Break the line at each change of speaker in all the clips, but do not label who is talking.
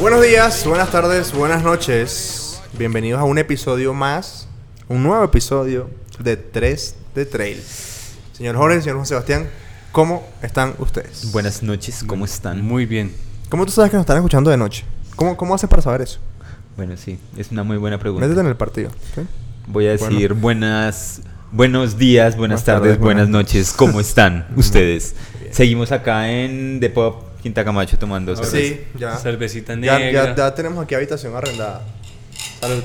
Buenos días, buenas tardes, buenas noches. Bienvenidos a un episodio más, un nuevo episodio de 3 de Trail. Señor Jorge, señor Juan Sebastián, ¿cómo están ustedes?
Buenas noches, ¿cómo están?
Muy bien.
¿Cómo tú sabes que nos están escuchando de noche? ¿Cómo, cómo haces para saber eso?
Bueno, sí, es una muy buena
Métete
pregunta.
en el partido. ¿sí?
Voy a
Bueno.
decir buenas, buenos días, buenas
Buenas tardes,
tardes, buenas
buenas-
noches, ¿cómo están ustedes? Seguimos acá en The Pop Quinta Camacho tomando
Ahora
cerveza.
Ah, Sí, ya.
Cervecita
Ya,
negra.
ya, ya tenemos aquí habitación arrendada. Salud.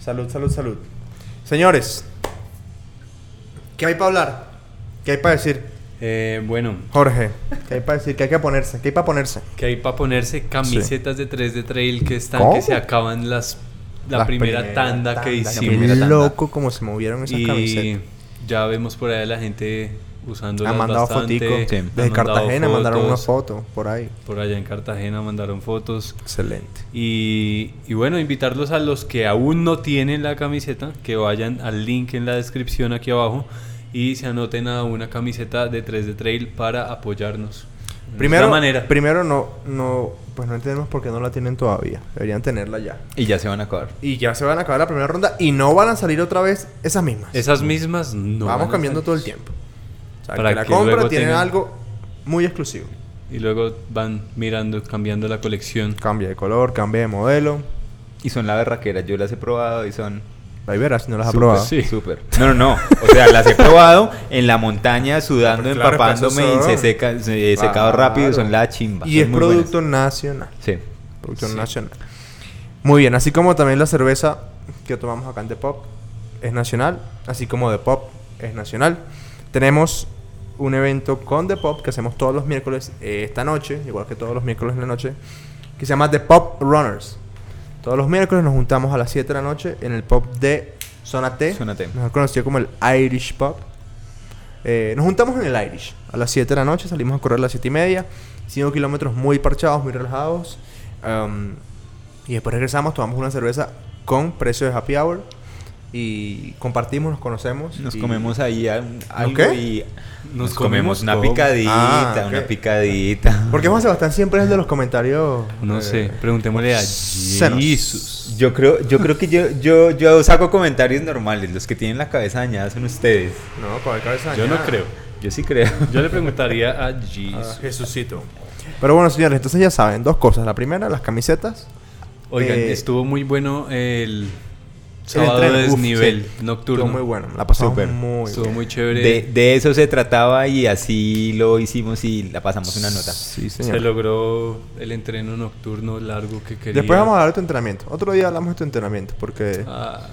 Salud, salud, salud. Señores, ¿qué hay para hablar? ¿Qué hay para decir?
Eh, bueno,
Jorge, ¿qué hay para decir? ¿Qué hay que ponerse? ¿Qué hay para ponerse?
que hay para ponerse camisetas de 3 de trail que están
¿Cómo?
que se acaban las la
Las
primera, tanda, que
la
hicimos
primera
tanda.
loco como se movieron esas
y
camisetas.
ya vemos por ahí a la gente usando
Han mandado
bastante.
fotico.
Sí.
han
Desde
mandado
Cartagena mandaron
fotos.
una foto por ahí.
Por allá en Cartagena mandaron fotos.
Excelente.
Y, y bueno, invitarlos a los que aún no tienen la camiseta, que vayan al link en la descripción aquí abajo y se anoten a una camiseta de 3 de trail para apoyarnos. Es
Primero,
la manera.
primero no, no, pues no entendemos por qué no la tienen todavía. Deberían tenerla ya.
Y ya se van a acabar.
Y ya se van a acabar la primera ronda y no van a salir otra vez esas mismas.
Esas mismas no. van
Vamos
a
cambiando
salir.
todo el tiempo. O sea,
Para
que la
que
compra
luego
tiene
tengan-
algo muy exclusivo.
Y luego van mirando, cambiando la colección.
Cambia de color, cambia de modelo.
Y son la berraquera, yo las he probado y son...
Ahí verás si no las ha
súper,
probado.
sí.
Súper. No, no, no. O sea, las he probado en la montaña, sudando,
Pero claro, pero esos
empapándome y se
son-
seca, se-
Claro.
secado rápido, son la chimba.
Y
son
es
muy buenas.
producto nacional.
Sí.
Producción
Sí.
nacional. Muy bien, así como también la cerveza que tomamos acá en The Pop es nacional, así como The Pop es nacional. Tenemos un evento con The Pop que hacemos todos los miércoles eh, esta noche, igual que todos los miércoles en la noche, que se llama The Pop Runners. Todos los miércoles nos juntamos a las 7 de la noche en el pop de Zona T,
Zona T.
mejor conocido como el Irish Pop. Eh, nos juntamos en el Irish a las 7 de la noche, salimos a correr a las 7 y media, 5 kilómetros muy parchados, muy relajados. um, y después regresamos, tomamos una cerveza con precio de happy hour y compartimos, nos conocemos.
Nos
y-
comemos ahí a- algo
qué?
y
Nos
nos, comemos,
comemos
una
todo.
picadita,
Ah, ok.
una picadita.
Porque Juan Sebastián siempre es el de los comentarios.
No
eh,
sé, preguntémosle a
obscenos.
Jesus.
Yo creo, yo creo que yo, yo, yo saco comentarios normales, los que tienen la cabeza dañada son ustedes.
No, con el cabeza
Yo no
dañada.
creo.
Yo sí creo.
Yo le preguntaría a
Ah,
Jesus.
Jesucito. Pero bueno, señores, entonces ya saben, dos cosas. La primera, las camisetas.
Oigan,
Eh,
estuvo muy bueno el sábado
El
de
entreno, uf,
desnivel
sí.
nocturno.
Estuvo muy bueno. La pasamos
Súper.
muy
Estuvo
bien.
muy chévere.
De, de eso se trataba y así lo hicimos y la pasamos una nota.
Sí, señor.
Se logró el entreno nocturno largo que quería.
Después vamos a hablar de tu entrenamiento. Otro día hablamos de tu entrenamiento porque
Ah,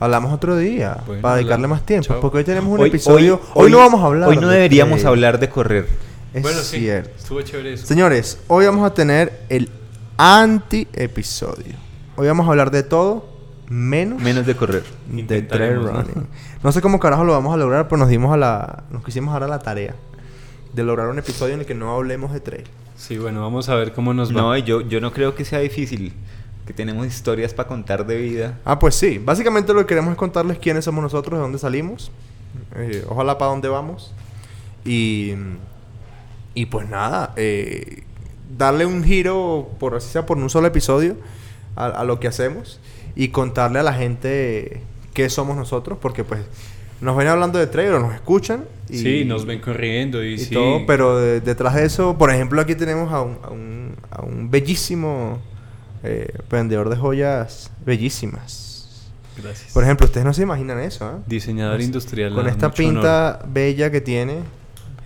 hablamos otro día
Bueno,
para dedicarle
hablamos.
más tiempo.
Chao.
Porque hoy tenemos un
Hoy-
episodio. Hoy, no vamos a hablar.
Hoy no
de
deberíamos
trail.
hablar de correr.
Es
bueno, sí.
cierto.
Estuvo chévere eso.
Señores, hoy vamos a tener el anti-episodio. Hoy vamos a hablar de todo menos,
Menos de
de
correr.
trail
Mm. Intentaremos, ¿no?
running. ¿no? sé cómo carajo lo vamos a lograr, pero nos dimos a la. Nos quisimos dar a la tarea de lograr un episodio en el que no hablemos de trail.
Sí, bueno, vamos a ver cómo nos va.
No, y yo, yo no creo que sea difícil. Que tenemos historias para contar de vida.
Ah, pues sí. Básicamente lo que queremos es contarles quiénes somos nosotros, de dónde salimos, eh, ojalá para dónde vamos. Y, y pues nada, eh, darle un giro, por así sea, por un solo episodio a, a lo que hacemos y contarle a la gente qué somos nosotros, porque pues nos ven hablando de trail, o nos escuchan. Y,
sí, nos ven corriendo y,
y
sí.
todo, pero de- detrás de eso, por ejemplo, aquí tenemos a un, a un, a un bellísimo eh, vendedor de joyas bellísimas.
Gracias.
Por ejemplo, ustedes no se imaginan eso, ¿ah?
Diseñador industrial.
Con
ah,
esta
mucho
pinta bella que tiene,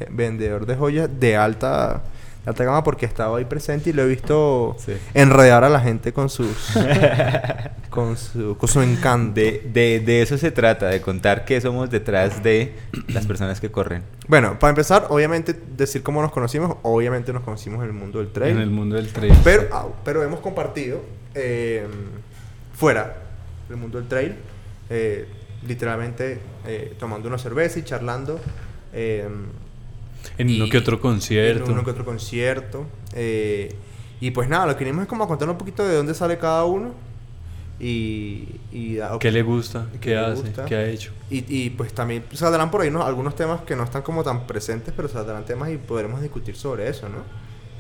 eh, vendedor de joyas de alta, de alta gama, porque estaba ahí presente y lo he visto
Sí.
enredar a la gente con sus. con, su, con su encanto.
De, de, de eso se trata, de contar qué somos detrás de las personas que corren.
Bueno, para empezar, obviamente, decir cómo nos conocimos. Obviamente, nos conocimos en el mundo del
honor.
trail.
En el mundo del trail.
Pero, ah, au, pero hemos compartido eh, fuera del mundo del trail, eh, literalmente eh, tomando una cerveza y charlando. eh,
En uno que otro
en
concierto.
uno que otro concierto. eh, y pues nada, lo que queremos es como contar un poquito de dónde sale cada uno. Y, y da-
¿Qué le gusta?
¿Qué
¿Qué,
le
hace?
gusta?
¿Qué ha hecho?
y, y, pues también saldrán por ahí ¿no? algunos temas que no están como tan presentes, pero saldrán temas y podremos discutir sobre eso, ¿no?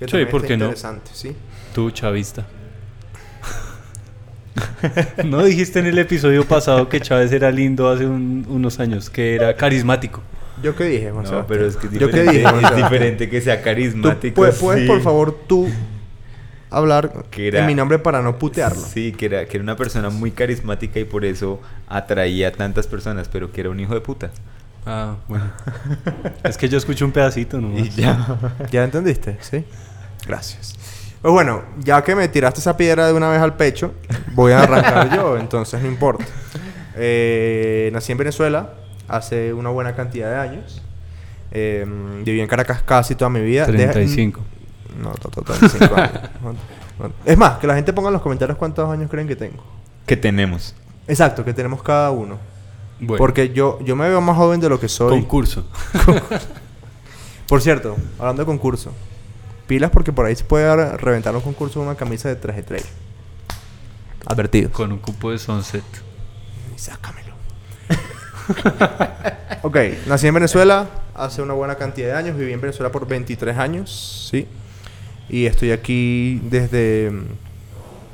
que
Sí,
también
¿por
está
qué no?
interesante, sí.
Tú, chavista. no dijiste en el episodio pasado que Chávez era lindo hace un- unos años, que era carismático.
¿Yo qué dije, Juan
No,
Sebastián?
pero es que es
¿Yo qué
diferente,
dije, Juan
es
Sebastián?
diferente que sea
Tú
carismático.
pue- ¿Puedes,
sí.
por favor, tú hablar
Que era-
en mi nombre para no putearlo?
Sí, que era, que era una persona muy carismática y por eso atraía a tantas personas, pero que era un hijo de puta.
Ah, bueno. es que yo escucho un pedacito, ¿no?
Y ya.
¿Ya entendiste? Sí. Gracias. Pues bueno, ya que me tiraste esa piedra de una vez al pecho, voy a arrancar yo, entonces no importa. Eh, nací en Venezuela hace una buena cantidad de años. Eh, viví en Caracas casi toda mi vida. Deja-
35.
No, to- to- 35 años. No, no. Es más, que la gente ponga en los comentarios cuántos años creen que tengo.
¿Qué tenemos?
Exacto, que tenemos cada uno.
Bueno,
Porque yo, yo me veo más joven de lo que soy.
concurso.
Por cierto, hablando de concurso. Pilas porque por ahí se puede dar- reventar un concurso de una camisa de traje estrellas. Advertido.
Con un cupo de sunset.
Sácamelo. ok, nací en Venezuela hace una buena cantidad de años. Viví en Venezuela por 23 años. Sí. Y estoy aquí desde...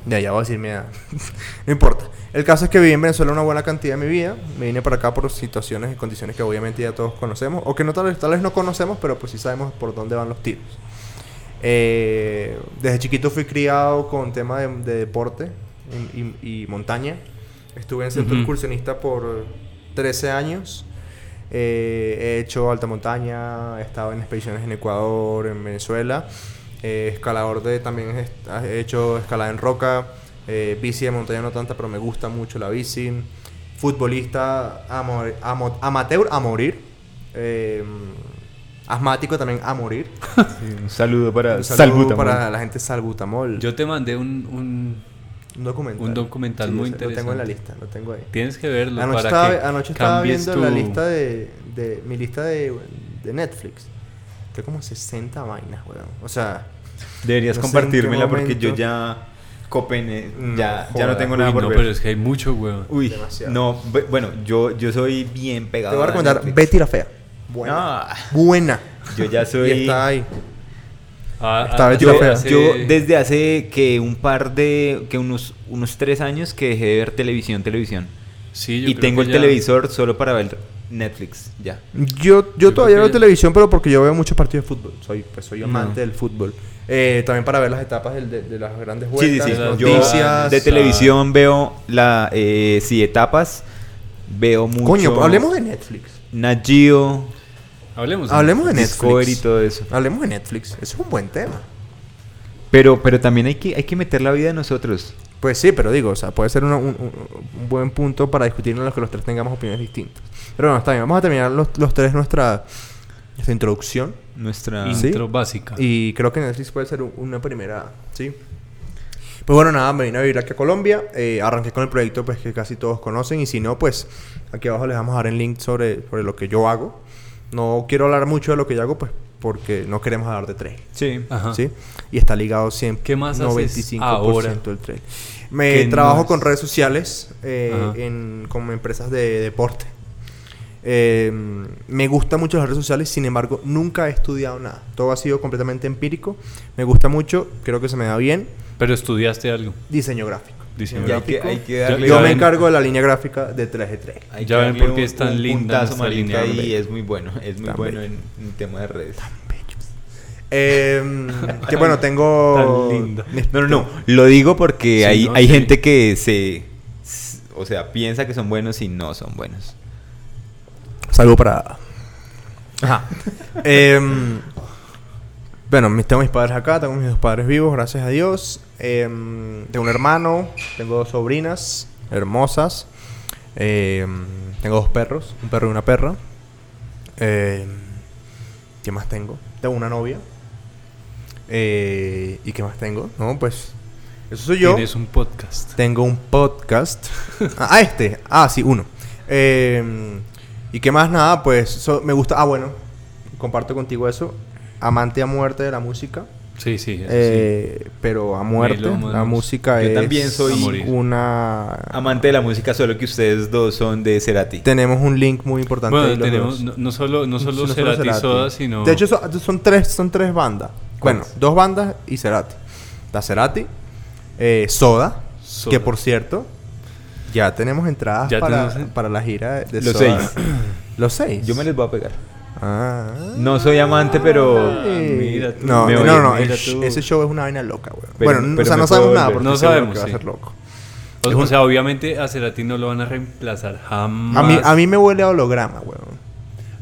Ya, ya voy a decir mi edad. no importa. El caso es que viví en Venezuela una buena cantidad de mi vida. Me vine para acá por situaciones y condiciones que obviamente ya todos conocemos. O que no tal vez, tal vez no conocemos, pero pues sí sabemos por dónde van los tiros. Eh, desde chiquito fui criado con tema de, de deporte y, y- y montaña. Estuve en centro
Ujú.
excursionista por 13 años. Eh, he hecho alta montaña, he estado en expediciones en Ecuador, en Venezuela. Eh, escalador de también est- he hecho escalada en roca. Eh, bici de montaña no tanta, pero me gusta mucho la bici. Futbolista a mor- a mo- amateur a morir. Eh, asmático también a morir.
un saludo para
Un saludo
Salbutamol.
para la gente de Salbutamol.
Yo te mandé un... un-
un documental.
un documental
Sí,
muy
ese Lo tengo en la
interesante.
lista, lo tengo ahí.
Tienes que verlo
Anoche
para
estaba,
que
anoche estaba
cambies
viendo
tu-
la lista de, de- mi lista de, de Netflix. Tengo como 60 vainas, weón. O sea,
Deberías
No sé en qué
compartírmela porque yo
momento.
ya Copene,
No,
ya, ya no
joda.
tengo
Uy,
nada por
no,
ver.
pero es que hay mucho, weón.
Uy,
Demasiado.
no, bu- bueno, yo, yo soy bien pegado.
te voy a recomendar
Ah, Netflix.
Betty la fea.
Ah.
Buena.
Yo ya soy.
Y está ahí.
Ah,
Esta
ah,
vez
Yo,
la fea.
hace-
yo desde hace que un par de, que unos, unos tres años que dejé de ver televisión, televisión.
Sí, yo
Y
creo
tengo
que
el
ya-
televisor solo para ver Netflix, ya.
Yo, yo,
Yo
todavía
creo
veo
que-
televisión, pero porque yo veo muchos partidos de fútbol. Soy, pues soy
No.
amante del fútbol. Eh, también para ver las etapas del- de, de las grandes
Sí, sí,
vueltas,
sí.
las
Yo
noticias.
de
te-
televisión veo la, eh, sí, etapas, veo mucho.
Coño, hablemos de Netflix.
Nat Geo,
Hablemos.
Hablemos de
Discovery y
Netflix.
todo eso.
Hablemos de Netflix. Eso es un buen tema.
Pero, pero también hay que, hay que meter la vida de nosotros.
Pues sí, pero digo, o sea, puede ser una- un, un- un buen punto para discutir en los que los tres tengamos opiniones distintas. Pero bueno, está bien. Vamos a terminar los, los tres nuestra, nuestra introducción.
Nuestra.
Sí.
Intro básica.
Y creo que Netflix puede ser un- una primera, ¿sí? Pues bueno, nada, me vine a vivir aquí a Colombia. eh, arranqué con el proyecto pues que casi todos conocen. Y si no, pues aquí abajo les vamos a dar el link sobre, sobre lo que yo hago. No quiero hablar mucho de lo que yo hago, pues porque no queremos hablar de tres.
Sí.
Ajá.
¿sí? Y está ligado siempre
¿Qué más haces
95%
ahora?
del trade. Me
¿Qué
trabajo
más?
con redes sociales eh,
Ajá.
en, como empresas de deporte. Eh, me gustan mucho las redes sociales, sin embargo, nunca he estudiado nada. Todo ha sido completamente empírico. Me gusta mucho, creo que se me da bien.
Pero estudiaste algo.
Diseño gráfico.
Diseño
Ya hay que,
gráfico.
hay que
Yo-
darle.
Yo
ya
me
ven.
encargo de la línea gráfica de 3G3.
Hay
Ya
que
ven
darle
por qué
un-
es tan
un
linda
puntazo,
nuestra
marica,
línea,
y
hombre.
es muy bueno. Es muy
Tan
bueno
bello.
en, en tema de redes.
Eh, que bueno, tengo.
Tan lindo.
No, no, no. Lo digo porque
Sí,
hay,
¿no?
hay
Sí.
gente que se. s- O sea, piensa que son buenos y no son buenos.
Salvo para. Ajá. Em, bueno, mis- tengo mis padres acá, tengo mis dos padres vivos, gracias a Dios. Em, tengo un hermano, tengo dos sobrinas hermosas. Em, tengo dos perros, un perro y una perra. Em, ¿Qué más tengo? Tengo una novia. Eh, ¿Y qué más tengo? No, pues. Eso soy yo.
Tienes un podcast.
Tengo un podcast. ah, este. Ah, sí, uno. Eh, y qué más nada, pues so- me gusta. Ah, bueno, comparto contigo eso. Amante a muerte de la música.
Sí, sí. eso sí.
Eh, Pero a muerte.
Melómanos.
La música
Yo
es
también soy
A morir.
una.
Amante de la música, solo que ustedes dos son de Cerati.
Tenemos un link muy importante. ahí
Bueno,
los
tenemos
dos.
no, no solo, no solo
solo
Cerati
Cerati.
Soda, sino.
De hecho, so- son, tres, son tres bandas. Bueno, dos bandas y Cerati. Está Cerati, eh, Soda,
Soda.
que por cierto, ya tenemos entradas
Ya
para,
tenemos- ¿eh?
para la gira de
Los
Soda.
seis.
Los seis.
Yo me les voy a pegar.
Ah.
No soy amante, pero.
Ay.
mira tú.
no,
Me
no,
voy,
no, no,
mira
el sh-
tú.
ese show es una vaina loca, güey.
Pero-
Bueno, n-
pero
o sea,
me
no sabemos
puedo
nada
volver.
porque
No
seguro
sabemos,
que va a
sí.
ser loco.
O,
Es
o
un-
sea, obviamente a Cerati no lo van a reemplazar jamás.
A mí, a mí me huele a holograma, güey.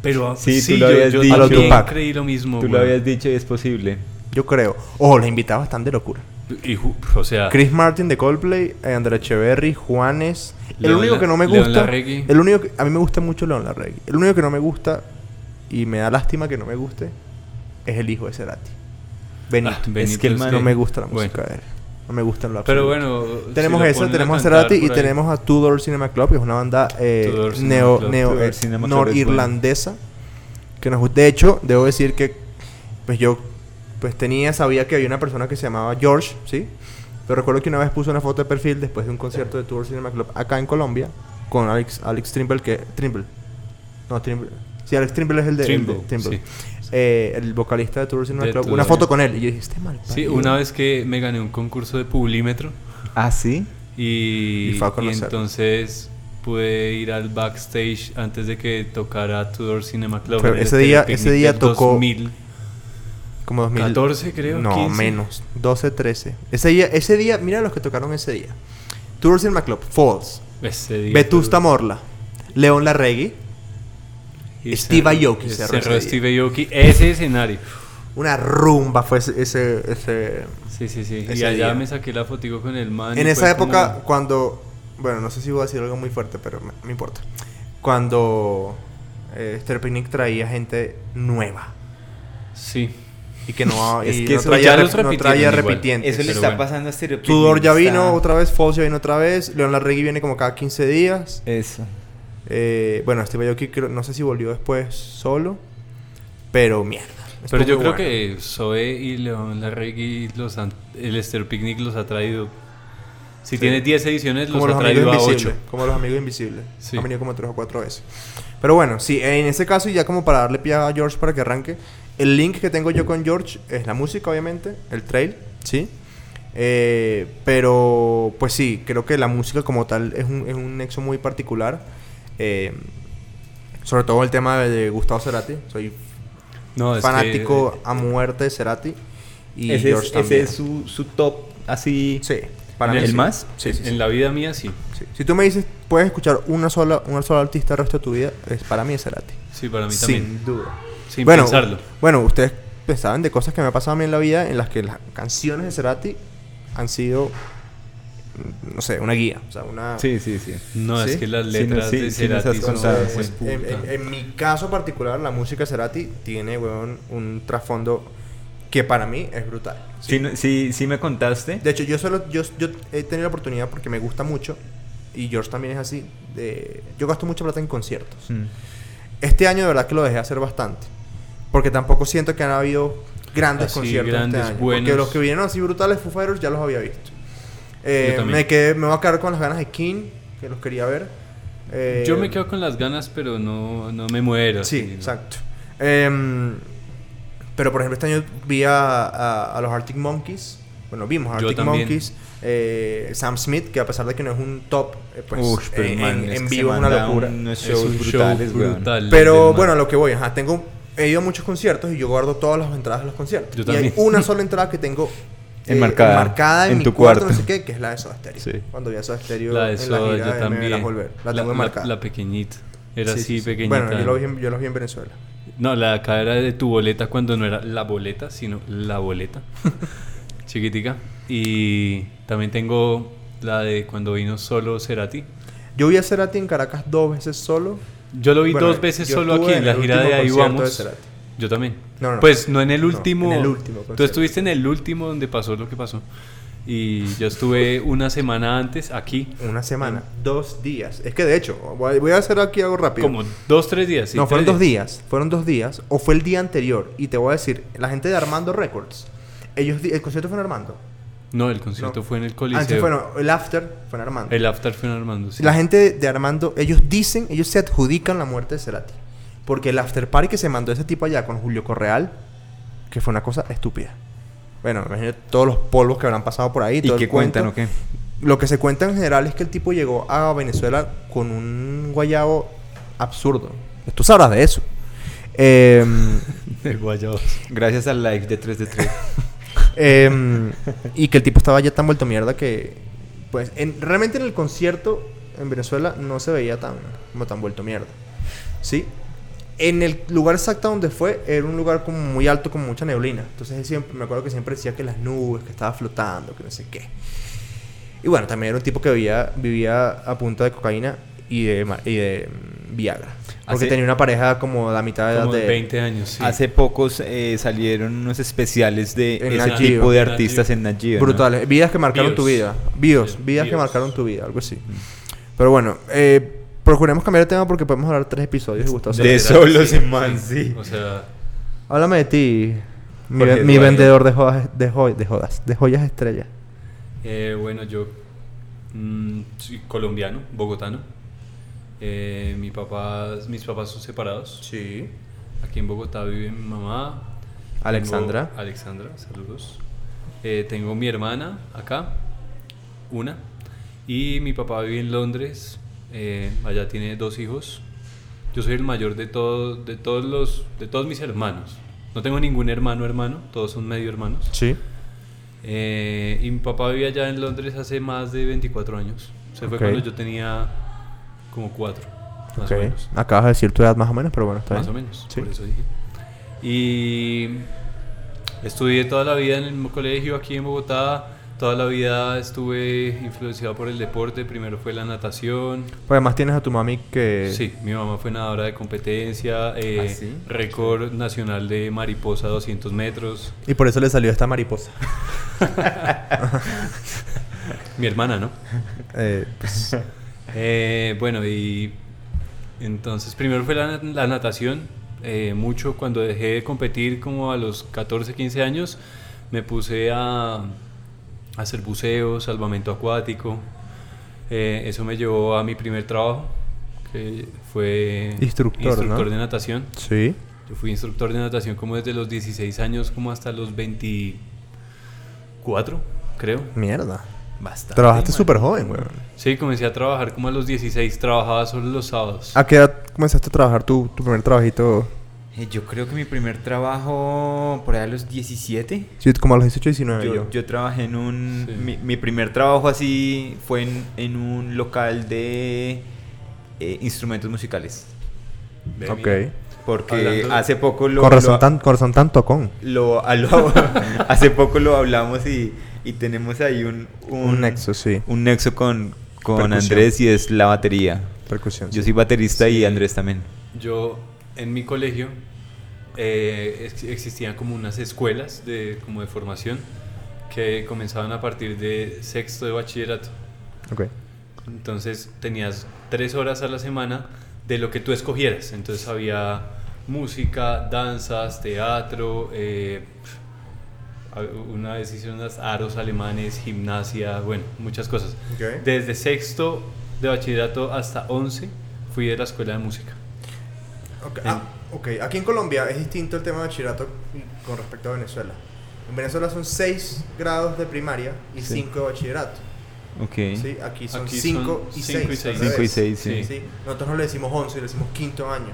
Pero
Sí,
sí,
tú lo
yo,
habías
yo
dicho.
A
también
lo Tupac.
creí lo mismo.
Tú lo
güey.
habías dicho y es posible.
Yo creo. Ojo, los invitados están de locura.
Y ju- o sea,
Chris Martin de Coldplay, eh, Andrea Echeverry, Juanes. el
León
único
La-
que no me
León
gusta.
Larregui.
El único que- a mí me gusta mucho León Larregui. El único que no me gusta y me da lástima que no me guste es el hijo de Cerati. Benito.
Ah, Benito
Es que el man-
No me gusta la
Bueno.
música de él. No me gusta en lo
Pero
absoluto.
bueno,
Tenemos
si lo
esa,
ponen
tenemos a
cantar
Cerati y
por ahí.
tenemos a Tudor Cinema Club, que es una banda eh,
Tudor Cinema
neo,
Club.
neo
Tudor
eh,
Cinema Club es
norirlandesa. Que nos gusta. De hecho, debo decir que pues yo pues tenía, sabía que había una persona que se llamaba George, ¿sí? Pero recuerdo que una vez puso una foto de perfil después de un concierto de Tudor Cinema Club acá en Colombia con Alex, Alex Trimble, que... Trimble. No, Trimble. Sí, Alex Trimble es el de... el de-
Trimble, sí.
Eh, el vocalista de Tudor Cinema
De
Club.
Tudor.
Una foto con él. Y yo dije, este mal.
Sí, una vez que me gané un concurso de Publimetro
¿Ah, sí?
y,
Y fue a
y
conocerlo.
entonces pude ir al backstage antes de que tocara Tudor Cinema Club.
Pero
en el
ese día-
Telepicnic
ese día
del
tocó-
2000.
Como 2000.
14 creo,
No,
15.
menos. 12, 13. Ese día, ese día, mira los que tocaron ese día. Tours in McClub, Falls,
Ese día.
Vetusta Morla, León Larregui,
Y
Steve
cerró-
Aoki cerró
Cerró,
ese día.
Steve Aoki. Ese escenario.
una rumba fue ese... ese- ese-
Sí, sí, sí. y
Ese
allá
día.
me saqué la fotico con el man. y
En
fue
esa época,
como-
cuando... Bueno, no sé si voy a decir algo muy fuerte, pero me, me importa. Cuando eh, Esther Picnic traía gente nueva.
Sí.
Y que no,
Es
y
que
no
eso
traía,
ya los
rep- no
repitieron
traía
igual.
repitientes.
Eso le
Pero
está
bueno.
pasando a Stereo
Tudor ya
Picnic,
vino
está-
otra vez, Falls ya vino otra vez, León Larregui viene como cada 15 días.
Eso.
Eh, bueno, Steve Aoki creo- no sé si volvió después solo, pero mierda. Estuvo
Pero yo
muy
creo
bueno.
que Zoe y León Larregui, los han- el Esther Picnic los ha traído. Si
Sí.
tiene 10 ediciones, los
como
ha
los
traído
amigos
a
invisibles,
8.
como los amigos invisibles.
Sí.
Ha venido como tres o cuatro veces. Pero bueno, sí, en ese caso y ya como para darle pie a George para que arranque, el link que tengo yo con George es la música, obviamente, el trail, sí. Eh, pero pues sí, creo que la música como tal es un, es un nexo muy particular. Eh, sobre todo el tema de Gustavo Cerati, soy
No, es
fanático
que- eh,
a muerte de Cerati y
ese
George
es, ese
también.
es su, su top así.
Sí, para
¿En
mí
el
sí.
más?
Sí, sí, sí.
en la vida mía sí.
Sí. Si tú me dices, puedes escuchar una sola, una sola artista el resto de tu vida, es, para mí es Cerati.
Sí, para mí también.
Sin duda.
Sin
bueno,
pensarlo.
Bueno, ustedes pues, saben de cosas que me ha pasado a mí en la vida en las que las canciones de Cerati han sido, mm, no sé, una guía. O sea, una...
Sí, sí, sí.
No,
Sí.
es que las
Sí,
letras
no, sí,
de
sí nos has
Cerati son...
contado,
Entonces,
sí.
Pues,
en,
puta.
en- en mi caso particular, la música de Cerati tiene, weón, un trasfondo que para mí es brutal.
Sí, no- sí, sí me contaste.
De hecho, yo solo yo, yo he tenido la oportunidad porque me gusta mucho y George también es así. de- yo gasto mucha plata en conciertos.
Mm.
Este año de verdad que lo dejé hacer bastante, porque tampoco siento que han habido grandes
Así,
conciertos
Ah, grandes,
este año.
buenos.
Porque los que vinieron así brutales Foo Fighters ya los había visto. Eh,
Yo también.
me quedé, me voy a quedar con las ganas de King que los quería ver. Eh,
Yo me quedo con las ganas, pero no, no me muero.
Sí,
así, ¿no?
exacto. Em, pero por ejemplo, este año vi a, a- a los Arctic Monkeys. Bueno, vimos a
Yo
Arctic
también.
Monkeys. eh, Sam Smith, que a pesar de que no es un top, eh, pues
Ush, pero
eh, en,
man, es
en
que se
vivo es una
manda
locura.
unos
Es
shows
un
brutales,
show
weón.
brutal. del
Pero
man.
bueno, a lo que voy, ajá, tengo, he ido a muchos conciertos y yo guardo todas las entradas de los conciertos.
Yo
y hay
también.
una sola entrada que tengo eh,
Enmarcada.
enmarcada en,
En
mi
tu
cuarto, no
cuarto.
sé qué, que es la de Soda Stereo.
Sí.
Cuando vi a Soda Stereo
la de
en la
Soda,
gira
yo
de Me
también.
Verás Volver. La tengo enmarcada.
La pequeñita. Era
Sí, sí,
así
sí.
pequeñita.
Bueno, yo, lo vi en- yo los vi en Venezuela.
No, la cadera de tu boleta cuando no era la boleta, sino la boleta. Chiquitica. Y también tengo la de cuando vino solo Cerati.
Yo vi a Cerati en Caracas dos veces solo.
Yo lo vi
Bueno,
dos veces
yo
solo
estuve
aquí, en
en
la
el
gira de
último
ahí
concierto
vamos.
de Cerati.
Yo también.
No, no,
pues no en el
no,
último.
en el último concierto.
Tú estuviste en el último donde pasó lo que pasó. Y yo estuve una semana antes aquí.
Una semana. Dos días. Es que de hecho, voy a- voy a hacer aquí algo rápido.
Como dos, tres días. sí,
no, fueron
tres
dos días. Fueron dos días. O fue el día anterior. Y te voy a decir, la gente de Armando Records. Ellos, di- el concierto fue en Armando.
No, el concierto
No.
fue en el
Ah, sí,
Coliseo.
bueno, el after fue en Armando.
El after fue en Armando. sí.
La gente de Armando, ellos dicen, ellos se adjudican la muerte de Cerati. Porque el after party que se mandó ese tipo allá con Julio Correal, que fue una cosa estúpida. Bueno, me imagino todos los polvos que habrán pasado por ahí.
¿Y
todo el
qué cuentan
cuento.
o qué?
Lo que se cuenta en general es que el tipo llegó a Venezuela con un guayabo absurdo. Tú sabrás de eso. Em,
El guayabo.
Gracias al live de 3 de 3.
Em, y que el tipo estaba ya tan vuelto mierda que. Pues en- realmente en el concierto en Venezuela no se veía tan, como tan vuelto mierda. ¿Sí? En el lugar exacto donde fue, era un lugar como muy alto, con mucha neblina. Entonces él siempre, me acuerdo que siempre decía que las nubes, que estaba flotando, que no sé qué. Y bueno, también era un tipo que vivía, vivía a punta de cocaína y de, ma- y de mm, Viagra. Porque
Así-
tenía una pareja como la mitad de edad
Como
de.
de 20 años, sí.
Hace pocos eh, salieron unos especiales de
En
ese
Nat
tipo
Geo.
de artistas en Nat Geo, ¿no?
Brutales. Vidas que marcaron tu
Bios.
vida. Bios.
Sí,
Vidas que
bios.
marcaron tu vida. Algo así. Pero bueno, eh, procuremos cambiar de tema porque podemos hablar tres episodios de Gustavo
De
Cerati.
eso. solo se man, sí.
O sea,
Háblame de ti. Mi,
Jorge
ve- mi
Eduardo.
vendedor de jodas, de, joy- de jodas, de joyas estrella.
eh, bueno, yo mm, soy colombiano, bogotano. Eh, mi papá, mis papás son separados.
Sí.
Aquí en Bogotá vive mi mamá.
Alexandra.
Tengo- Alexandra, saludos. Eh, tengo mi hermana acá, una. Y mi papá vive en Londres. eh, allá tiene dos hijos. Yo soy el mayor de, todo, de, todos los, de todos mis hermanos. No tengo ningún hermano hermano, todos son medio hermanos.
Sí.
Eh, y mi papá vivía allá en Londres hace más de 24 años. Se fue
Ok.
cuando yo tenía como cuatro, más
Ok.
o menos
Acabas de decir tu edad más o menos, pero bueno, está
más o
bien.
menos,
Sí.
por eso dije. Y estudié toda la vida en el mismo colegio aquí en Bogotá, toda la vida estuve influenciado por el deporte, primero fue la natación.
Pues además tienes a tu mami que.
Sí, mi mamá fue nadadora de competencia, eh,
¿Ah, sí?
récord nacional de mariposa 200 metros.
Y por eso le salió esta mariposa.
Mi hermana, ¿no?
Eh, pues,
Eh, bueno, y entonces primero fue la, la natación. eh, mucho cuando dejé de competir como a los 14, 15 años, me puse a, a hacer buceo, salvamento acuático. Eh, eso me llevó a mi primer trabajo, que fue
Instructor, ¿no?
instructor de natación.
sí.
Yo fui instructor de natación como desde los 16 años como hasta los 24, creo.
Mierda.
Bastante.
Trabajaste
man.
súper joven, güey.
Sí, comencé a trabajar como a los 16, trabajaba solo los sábados.
¿A qué edad comenzaste a trabajar tu, tu primer trabajito?
Eh, Yo creo que mi primer trabajo por allá a los 17.
Sí, como a los 18, 19.
Yo, yo trabajé en un...
Sí.
Mi, mi primer trabajo así fue en, en un local de eh, instrumentos musicales.
Ve,
Ok.
mira.
Porque
Hablando de-
hace poco lo...
con, razón
lo-
tan, con razón tan tocón.
lo, a- lo- hace poco lo hablamos y, y tenemos ahí un,
Un nexo, sí.
un nexo con, con
Percusión.
Andrés y es la batería.
Percusión.
Yo
sí.
soy baterista
Sí.
y Andrés también.
Yo en mi colegio eh, ex- existían como unas escuelas de, como de formación que comenzaban a partir de sexto de bachillerato.
Ok.
Entonces tenías tres horas a la semana de lo que tú escogieras. Entonces había música, danzas, teatro, eh, a- una vez hicieron unas aros alemanes, gimnasia, bueno, muchas cosas.
Ok.
Desde sexto de bachillerato hasta once fui de la escuela de música.
Okay. ah, ok. Aquí en Colombia es distinto el tema de bachillerato con respecto a Venezuela. En Venezuela son 6 grados de primaria y
Sí.
5 de bachillerato.
Ok.
¿sí? Aquí son
Aquí
5
son
y
cinco
6.
y seis.
Cinco y seis, sí.
Sí.
Nosotros no le decimos 11, le decimos quinto año.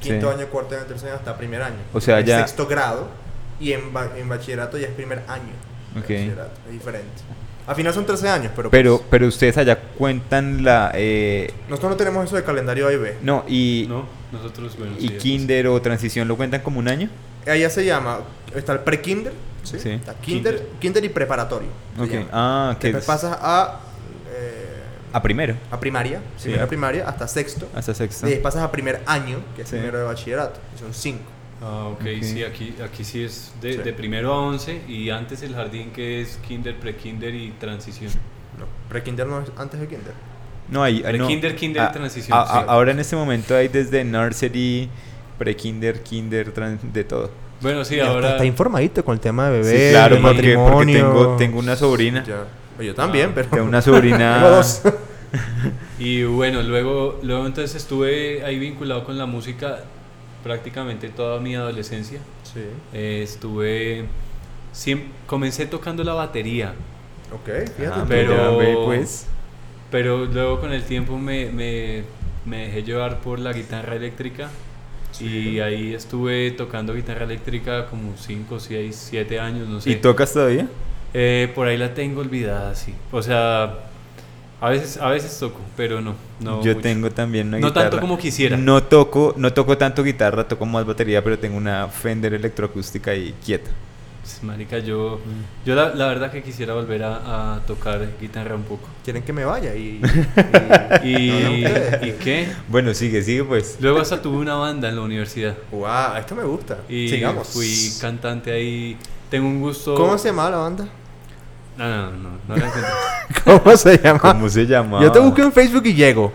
Quinto
Sí.
año, cuarto año, tercer año, hasta primer año.
O sea,
Es
ya-
sexto grado y en, ba- en bachillerato ya es primer año. de
Ok.
bachillerato, Es diferente. Al final son 13 años, pero.
Pero,
pues,
pero ustedes allá cuentan la... eh,
nosotros no tenemos eso de calendario A y B.
no, y,
¿No? Nosotros, bueno,
y
sí,
kinder o transición lo cuentan como un año.
Allá se llama, está el pre-kinder, ¿sí?
Sí.
Está kinder, kinder,
Kinder.
y preparatorio. se
Ok.
llama.
Ah, que
Después pasas a, eh,
A primero,
a primaria,
Sí.
primera primaria, hasta sexto.
hasta sexto.
Después pasas a primer año, que es
Sí.
primero de bachillerato, y son cinco.
Ah, ok,
Ok.
sí, aquí, aquí sí es de,
Sí.
de primero a once y antes el jardín que es kinder, pre-kinder y transición.
No, pre-kinder no es antes de kinder.
No, hay...
Pre-
no. Ah,
kinder, kinder y transición,
a- a-
sí.
Ahora en este momento hay desde nursery, pre-kinder, kinder, tran- de todo.
Bueno, sí,
Ya está-
ahora...
Está informadito con el tema de
Sí,
bebé,
claro,
de
porque, porque
matrimonio.
tengo, tengo una sobrina.
Ya. Yo también,
Ah,
pero...
Tengo una
Tengo
sobrina.
dos.
Y bueno, luego, luego entonces estuve ahí vinculado con la música prácticamente toda mi adolescencia.
sí.
Eh, estuve siem- comencé tocando la batería,
Ok, fíjate.
Ah,
tú.
pero-
mira, ve, pues.
pero luego con el tiempo me, me- me dejé llevar por la guitarra eléctrica y ahí estuve tocando guitarra eléctrica como 5, 6, 7 años, no sé.
¿Y tocas todavía?
Eh, por ahí la tengo olvidada, sí. O sea, a veces, a veces toco, pero no. no
Yo
mucho.
tengo también una
No
guitarra.
tanto como quisiera.
No toco, no toco tanto guitarra, toco más batería, pero tengo una Fender electroacústica y quieta.
Pues, Marica, yo, yo la, la verdad que quisiera volver a, a tocar guitarra un poco.
Quieren que me vaya y...
¿Y, ¿y qué?
Bueno, sigue, sigue pues.
Luego hasta tuve una banda en la universidad.
Wow, esto me gusta.
Y
Sigamos.
fui cantante ahí. Tengo un gusto.
¿Cómo se llamaba la banda?
No, no, no, no la encuentro.
¿Cómo se llamaba?
¿Cómo se llama?
Yo te busqué en Facebook y llego.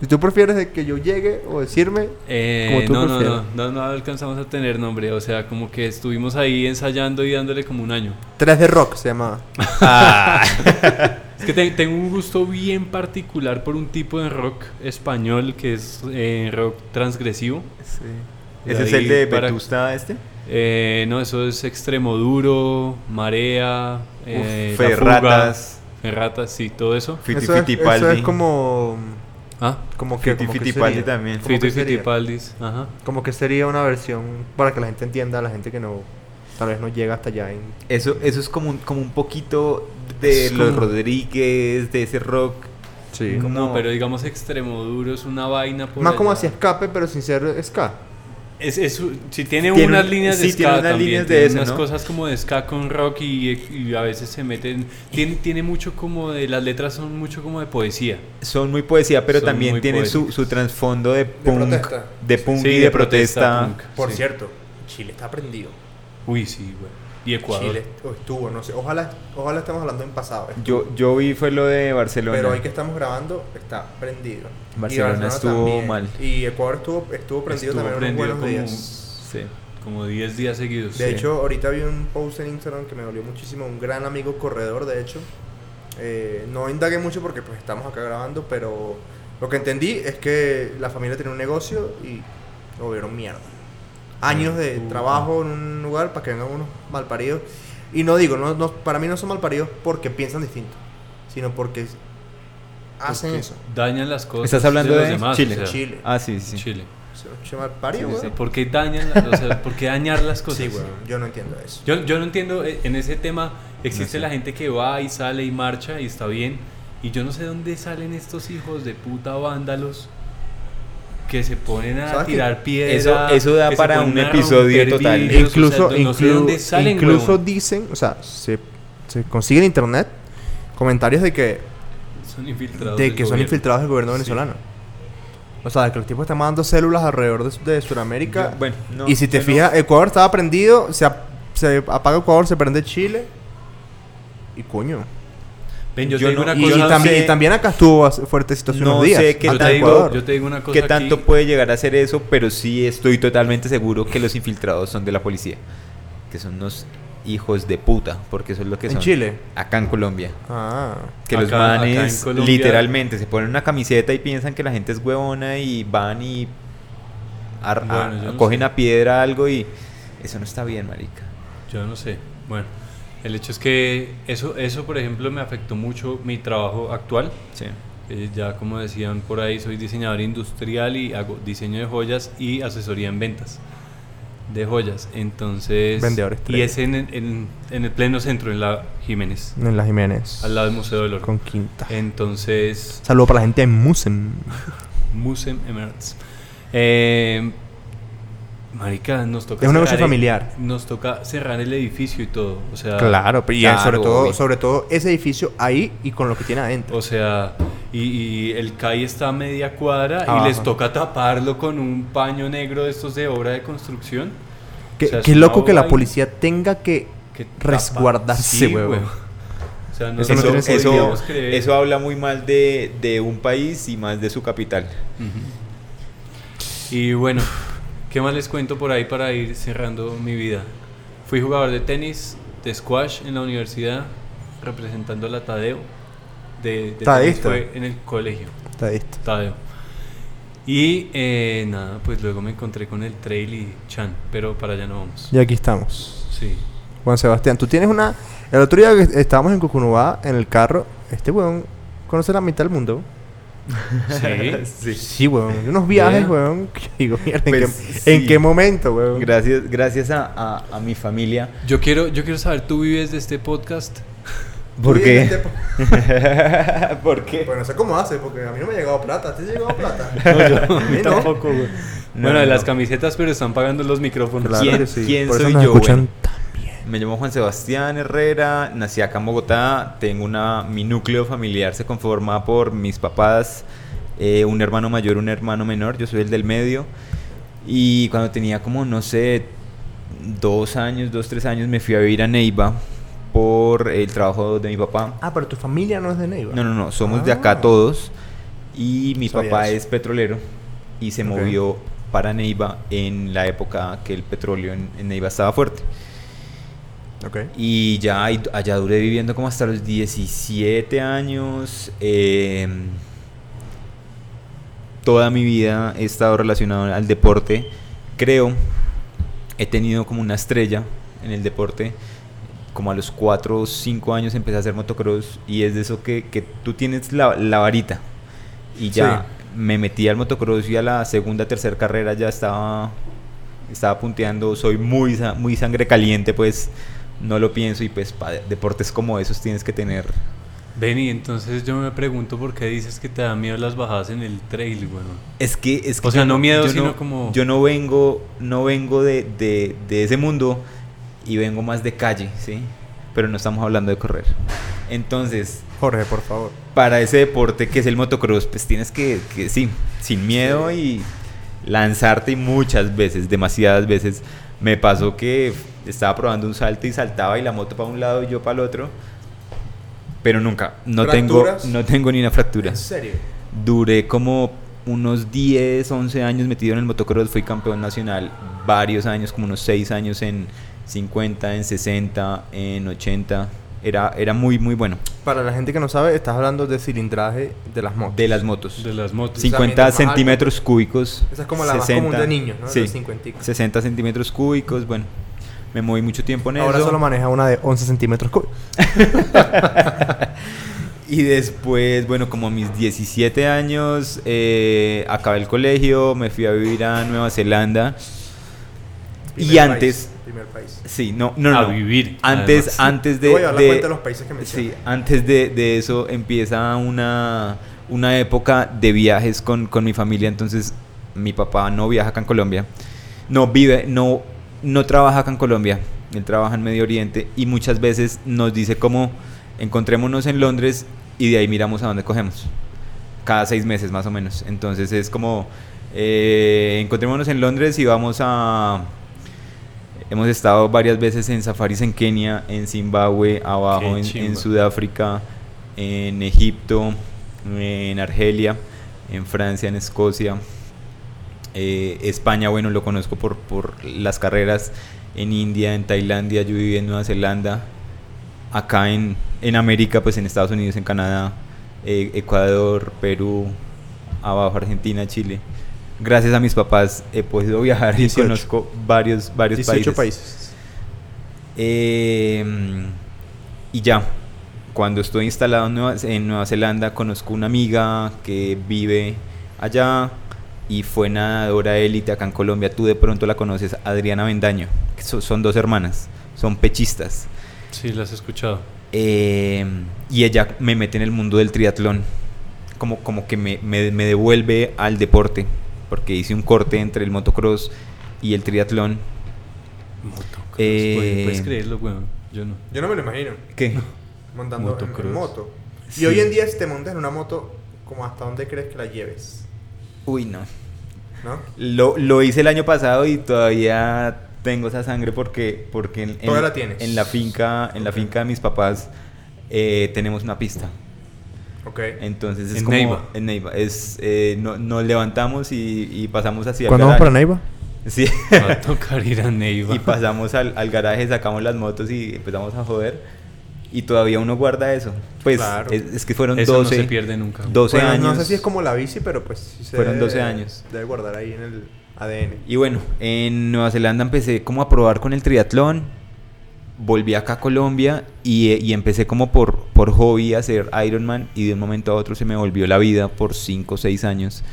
Si tú prefieres de que yo llegue o decirme...
Eh,
Como tú
no, no, no,
prefieras.
no, no alcanzamos a tener nombre. O sea, como que estuvimos ahí ensayando y dándole como un año.
3 de Rock se llamaba.
Ah,
Es que te- tengo un gusto bien particular por un tipo de rock español que es eh, rock transgresivo.
Sí.
De
¿Ese es
ahí
el de
para-
Vetusta este?
Eh, no, eso es extremo duro, marea, eh,
Uf,
La Fuga,
Ferratas.
ferratas, sí, todo eso.
Fiti
eso, es,
Fitipaldi.
eso es como...
Ah,
Como que...
Fiti
como que
Fitipaldi
sería.
también.
Como que
Fito y
sería.
Fitipaldis, ajá.
Como que sería una versión para que la gente entienda, la gente que no tal vez no llega hasta allá. En...
Eso, eso es como un, como un poquito de
Es
los
como-
Rodríguez, de ese rock.
Sí.
Como-
No, pero digamos extremo duro es una vaina por
Más como
allá.
hacia escape, pero sin ser ska.
Es, es un- sí, tiene,
Tiene
unas
un-
líneas de
sí,
ska
tiene unas
también,
líneas de
tiene
eso,
unas
¿no?
cosas como de ska con rock y, y a veces se meten... Tiene, tiene mucho como de... Las letras son mucho como de poesía.
Son muy poesía, pero
Son muy
también tienen su,
poéticos.
su trasfondo de punk. De,
protesta.
punk
Sí,
y de, protesta.
punk, sí.
cierto, Chile está prendido.
Uy, sí, güey. Y Ecuador.
o estuvo, no sé. Ojalá, ojalá estemos hablando en pasado. eh.
Yo, yo vi fue lo de Barcelona.
Pero hoy que estamos grabando está prendido. Y
Barcelona estuvo mal.
Y Ecuador estuvo, estuvo prendido
Estuvo
también unos
prendido
buenos
como-
días.
Sí.
Como 10 días seguidos.
De
Sí.
hecho, ahorita vi un post en Instagram que me dolió muchísimo. Un gran amigo corredor, de hecho. Eh, no indagué mucho porque pues estamos acá grabando, pero lo que entendí es que la familia tenía un negocio y lo vieron mierda. Años de
Ujú.
trabajo en un lugar para que vengan unos malparidos. Y no digo, no, no- para mí no son malparidos porque piensan distinto, sino porque hacen
Porque
eso.
Dañan las cosas.
¿Estás hablando
los
de
demás,
Chile?
o sea,
Chile.
Ah, sí, sí.
Chile.
Son unos malparidos,
Sí, sí,
weón.
¿Por qué dañan la- o sea, por qué dañar las cosas?
Sí, weón, yo no entiendo eso.
Yo, yo no entiendo, eh, en ese tema existe
No sé.
la gente que va y sale y marcha y está bien. Y yo no sé dónde salen estos hijos de puta vándalos que se ponen a
¿Sabes qué?
tirar piedras.
Eso- eso da para un episodio total.
incluso
no sé dónde
inclu-
salen,
incluso
huevón.
dicen, o sea, se, se consigue en internet comentarios de que
son infiltrados.
de
del
que son
gobierno.
infiltrados del gobierno
Sí.
venezolano. O sea, de que los tipos están mandando células alrededor de, Su- de Sudamérica.
Yo- bueno, no,
y si te
yo no-
fijas, Ecuador estaba prendido, se, ap- se apaga Ecuador, se prende Chile. Y coño.
Ven, yo,
Yo
te digo
no-
una
Y,
yo
cosa.
no
también,
sé-
y también acá estuvo hace- fuerte situación
No
unos días.
sé qué
yo,
acá
te
en
tanto-
digo,
Ecuador.
yo te digo una cosa.
¿Qué
aquí.
tanto puede llegar a ser eso? Pero sí estoy totalmente seguro que los infiltrados son de la policía. Que son unos hijos de puta, porque eso es lo que
¿En
son.
Chile?
Acá en Colombia.
Ah.
Que los
Acá- acá en
manes
Colombia-
literalmente se ponen una camiseta y piensan que la gente es huevona y van y ar-
Bueno,
a-
yo no
cogen
sé.
a piedra algo y eso no está bien, marica.
Yo no sé. Bueno, el hecho es que eso, eso por ejemplo, me afectó mucho mi trabajo actual.
Sí.
Eh, ya como decían por ahí, soy diseñador industrial y hago diseño de joyas y asesoría en ventas de joyas. Entonces...
Vendedor
Y
estrella.
es en, el- en- en el pleno centro, en la Jiménez,
En la Jiménez.
al lado del Museo del Oro.
Con Quinta.
Entonces,
Saludo para la gente de Musen.
Musem Emirates. Eh, marica, nos toca...
Es un negocio
cerrar el-
familiar.
nos toca cerrar el edificio y todo. O sea...
Claro, pero y
Claro,
sobre todo,
obvio.
sobre todo ese edificio ahí y con lo que tiene adentro.
O sea, y, y el CAI está a media cuadra
Abajo.
y les toca taparlo con un paño negro de estos de obra de construcción.
Qué,
o sea, es
qué
una
loco que la
vaina.
policía tenga que,
Que tapa-
resguardarse,
Sí,
huevo.
huevo. O sea, no
Eso no
Eso,
tiene
eso-
sentido.
podríamos creer.
eso habla muy mal de, de un país y más de su capital.
Ujú. Y bueno, ¿qué más les cuento por ahí para ir cerrando mi vida? Fui jugador de tenis, de squash en la universidad, representando a la Tadeo. De, de tenis
Tadeísta.
fue en el colegio.
Está listo.
Tadeo. Y eh, nada, pues luego me encontré con el trail y Chan, pero para allá no vamos.
Y aquí estamos.
Sí.
Juan Sebastián, tú tienes una... El otro día que estábamos en Cucunubá, en el carro, este weón conoce la mitad del mundo.
Sí.
Sí, weón. Unos viajes,
Bueno.
weón. que Digo, mierda, ¿en,
Pues,
qué,
sí.
en qué momento, weón?
Gracias, gracias a, a- a mi familia.
Yo quiero, yo quiero saber, ¿tú vives de este podcast?
¿Por
Sí,
qué?
este po-
¿Por qué?
Bueno, no sé cómo hace, porque a mí no me ha llegado plata. ¿A ti te ha llegado plata?
No, yo-
A mí no.
No,
güey. bueno,
no,
de las
no.
camisetas, pero están pagando los micrófonos.
Claro
¿Quién-
que sí.
quién
Por eso
soy
nos
yo,
escuchan
bueno? Me llamo Juan Sebastián Herrera, nací acá en Bogotá, tengo una, mi núcleo familiar se conforma por mis papás, eh, un hermano mayor, un hermano menor, yo soy el del medio, y cuando tenía como, no sé, dos años, dos, tres años, me fui a vivir a Neiva por el trabajo de mi papá.
Ah, pero tu familia no es de Neiva.
No, no, no, somos de
Ah.
acá todos. Y mi
Sabía
papá
eso.
es petrolero y se
Ok.
movió para Neiva en la época que el petróleo en, en Neiva estaba fuerte.
Ok.
Y ya ahí- allá duré viviendo como hasta los 17 años. eh, toda mi vida he estado relacionado al deporte, creo. He tenido como una estrella en el deporte. Como a los 4 o 5 años empecé a hacer motocross y es de eso que, que tú tienes la, la varita. Y ya me metí al motocross y a la segunda, tercera carrera ya estaba, estaba punteando. Soy muy, sa- muy sangre caliente, pues no lo pienso y pues para deportes como esos tienes que tener.
Benny, entonces yo me pregunto por qué dices que te da miedo las bajadas en el trail, güey.
Es que es que
O sea,
yo
no miedo,
yo
sino como-
yo no vengo no vengo de, de- de ese mundo y vengo más de calle, ¿sí? Pero no estamos hablando de correr. Entonces,
Jorge, por favor.
para ese deporte que es el motocross, pues tienes que, que sí, sin miedo y lanzarte y muchas veces, demasiadas veces. Me pasó que estaba probando un salto y saltaba y la moto para un lado y yo para el otro. Pero nunca, no tengo,
¿Fracturas?
no tengo ni una fractura.
serio?
Duré como unos 10, 11 años metido en el motocross, fui campeón nacional varios años, como unos 6 años en 50, en 60, en 80. Era, era muy, muy bueno.
Para la gente que no sabe, estás hablando de cilindraje de las motos.
De las motos.
De las motos.
Sí.
50
mientras más alto.
centímetros cúbicos.
Esa es como la más común de niños, ¿no?
Sí,
Los 50.
60 centímetros cúbicos, bueno. Me moví mucho tiempo en
Ahora
eso.
solo maneja una de 11 centímetros cúbicos.
Y después, bueno, como a mis 17 años, eh, acabé el colegio, me fui a vivir a Nueva Zelanda. y
Primer
antes,
país, primer país.
sí, no, no,
A
no.
vivir,
Antes,
además.
antes de,
Yo voy a dar la
de-
cuenta de los países que mencioné.
sí, antes de, de eso empieza una, una época de viajes con, con mi familia. Entonces, mi papá no viaja acá en Colombia. No vive, no, no trabaja acá en Colombia. Él trabaja en Medio Oriente y muchas veces nos dice como encontrémonos en Londres y de ahí miramos a dónde cogemos. Cada seis meses más o menos. Entonces es como eh, encontrémonos en Londres y vamos a... Hemos estado varias veces en safaris en Kenia, en Zimbabue, abajo
Qué
en- en,
chimba.
Sudáfrica, en Egipto, en Argelia, en Francia, en Escocia. Eh, España, bueno, lo conozco por, por las carreras en India, en Tailandia, yo viví en Nueva Zelanda, acá en, en América, pues en Estados Unidos, en Canadá, eh, Ecuador, Perú, abajo Argentina, Chile. Gracias a mis papás he podido viajar y
18.
conozco varios, varios
18
países.
países.
Eh, y ya, cuando estoy instalado en Nueva, en Nueva Zelanda, conozco una amiga que vive allá y fue nadadora élite acá en Colombia. Tú de pronto la conoces, Adriana Bendaño. que so- son dos hermanas, son pechistas.
Sí, las he escuchado.
Eh, y ella me mete en el mundo del triatlón. Como, como que me, me- me devuelve al deporte. Porque hice un corte entre el motocross y el triatlón.
Motocross,
Eh,
güey, ¿Puedes creerlo, güey? Yo no.
Yo no me lo imagino.
¿Qué?
Montando en- en,
Motocross.
moto.
Sí.
Y hoy en día, si te montas en una moto, como ¿hasta dónde crees que la lleves?
Uy, no.
¿No?
Lo, lo hice el año pasado y todavía tengo esa sangre porque, porque en, en-
Todavía la tienes.
en la finca, en la
Ok.
finca de mis papás eh, tenemos una pista.
Ok.
Entonces es
En
como
Neiva.
en Neiva. Es, eh, no- nos levantamos y, y pasamos hacia
¿Cuándo vamos para
garaje.
Neiva?
Sí.
Va a tocar ir a Neiva.
y pasamos al, al garaje, sacamos las motos y empezamos a joder. Y todavía uno guarda eso. Pues
Claro.
es, es que fueron
Eso
12,
no se pierde nunca. güey.
12
Bueno,
años.
No sé si es como la bici, pero pues sí se
Fueron
debe-
12 años.
Debe guardar ahí en el ADN.
Y bueno, en Nueva Zelanda empecé como a probar con el triatlón. volví acá a Colombia y, eh, y empecé como por, por hobby a hacer Ironman y de un momento a otro se me volvió la vida por 5 o 6 años.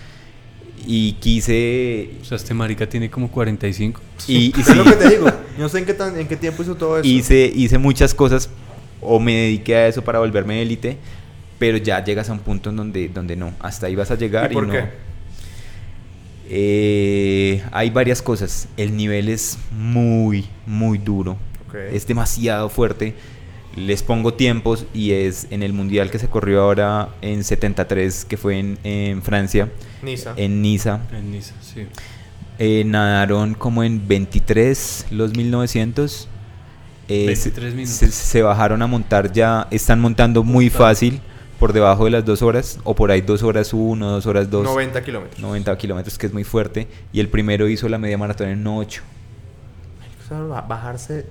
Y quise...
O sea, este marica tiene como 45.
Y, y
Es lo
sí.
que te digo. No sé en qué, tan- en qué tiempo hizo todo eso.
hice, hice muchas cosas o me dediqué a eso para volverme élite, pero ya llegas a un punto en donde, donde no, hasta ahí vas a llegar.
¿Y por
no.
qué?
Eh, hay varias cosas. El nivel es muy, muy duro.
Ok.
Es demasiado fuerte. Les pongo tiempos y es en el mundial que se corrió ahora en 73, que fue en, en Francia,
Niza.
en Niza.
En Niza, sí.
Eh, nadaron como en 23 los 1900. Eh,
23
se-
minutos.
Se, se bajaron a montar ya, están montando muy
Montando.
fácil, por debajo de las dos horas, o por ahí dos horas uno, dos horas dos,
90 kilómetros.
90 kilómetros, que es muy fuerte. Y el primero hizo la media maratón en 1.8.
O sea, ba- bajarse,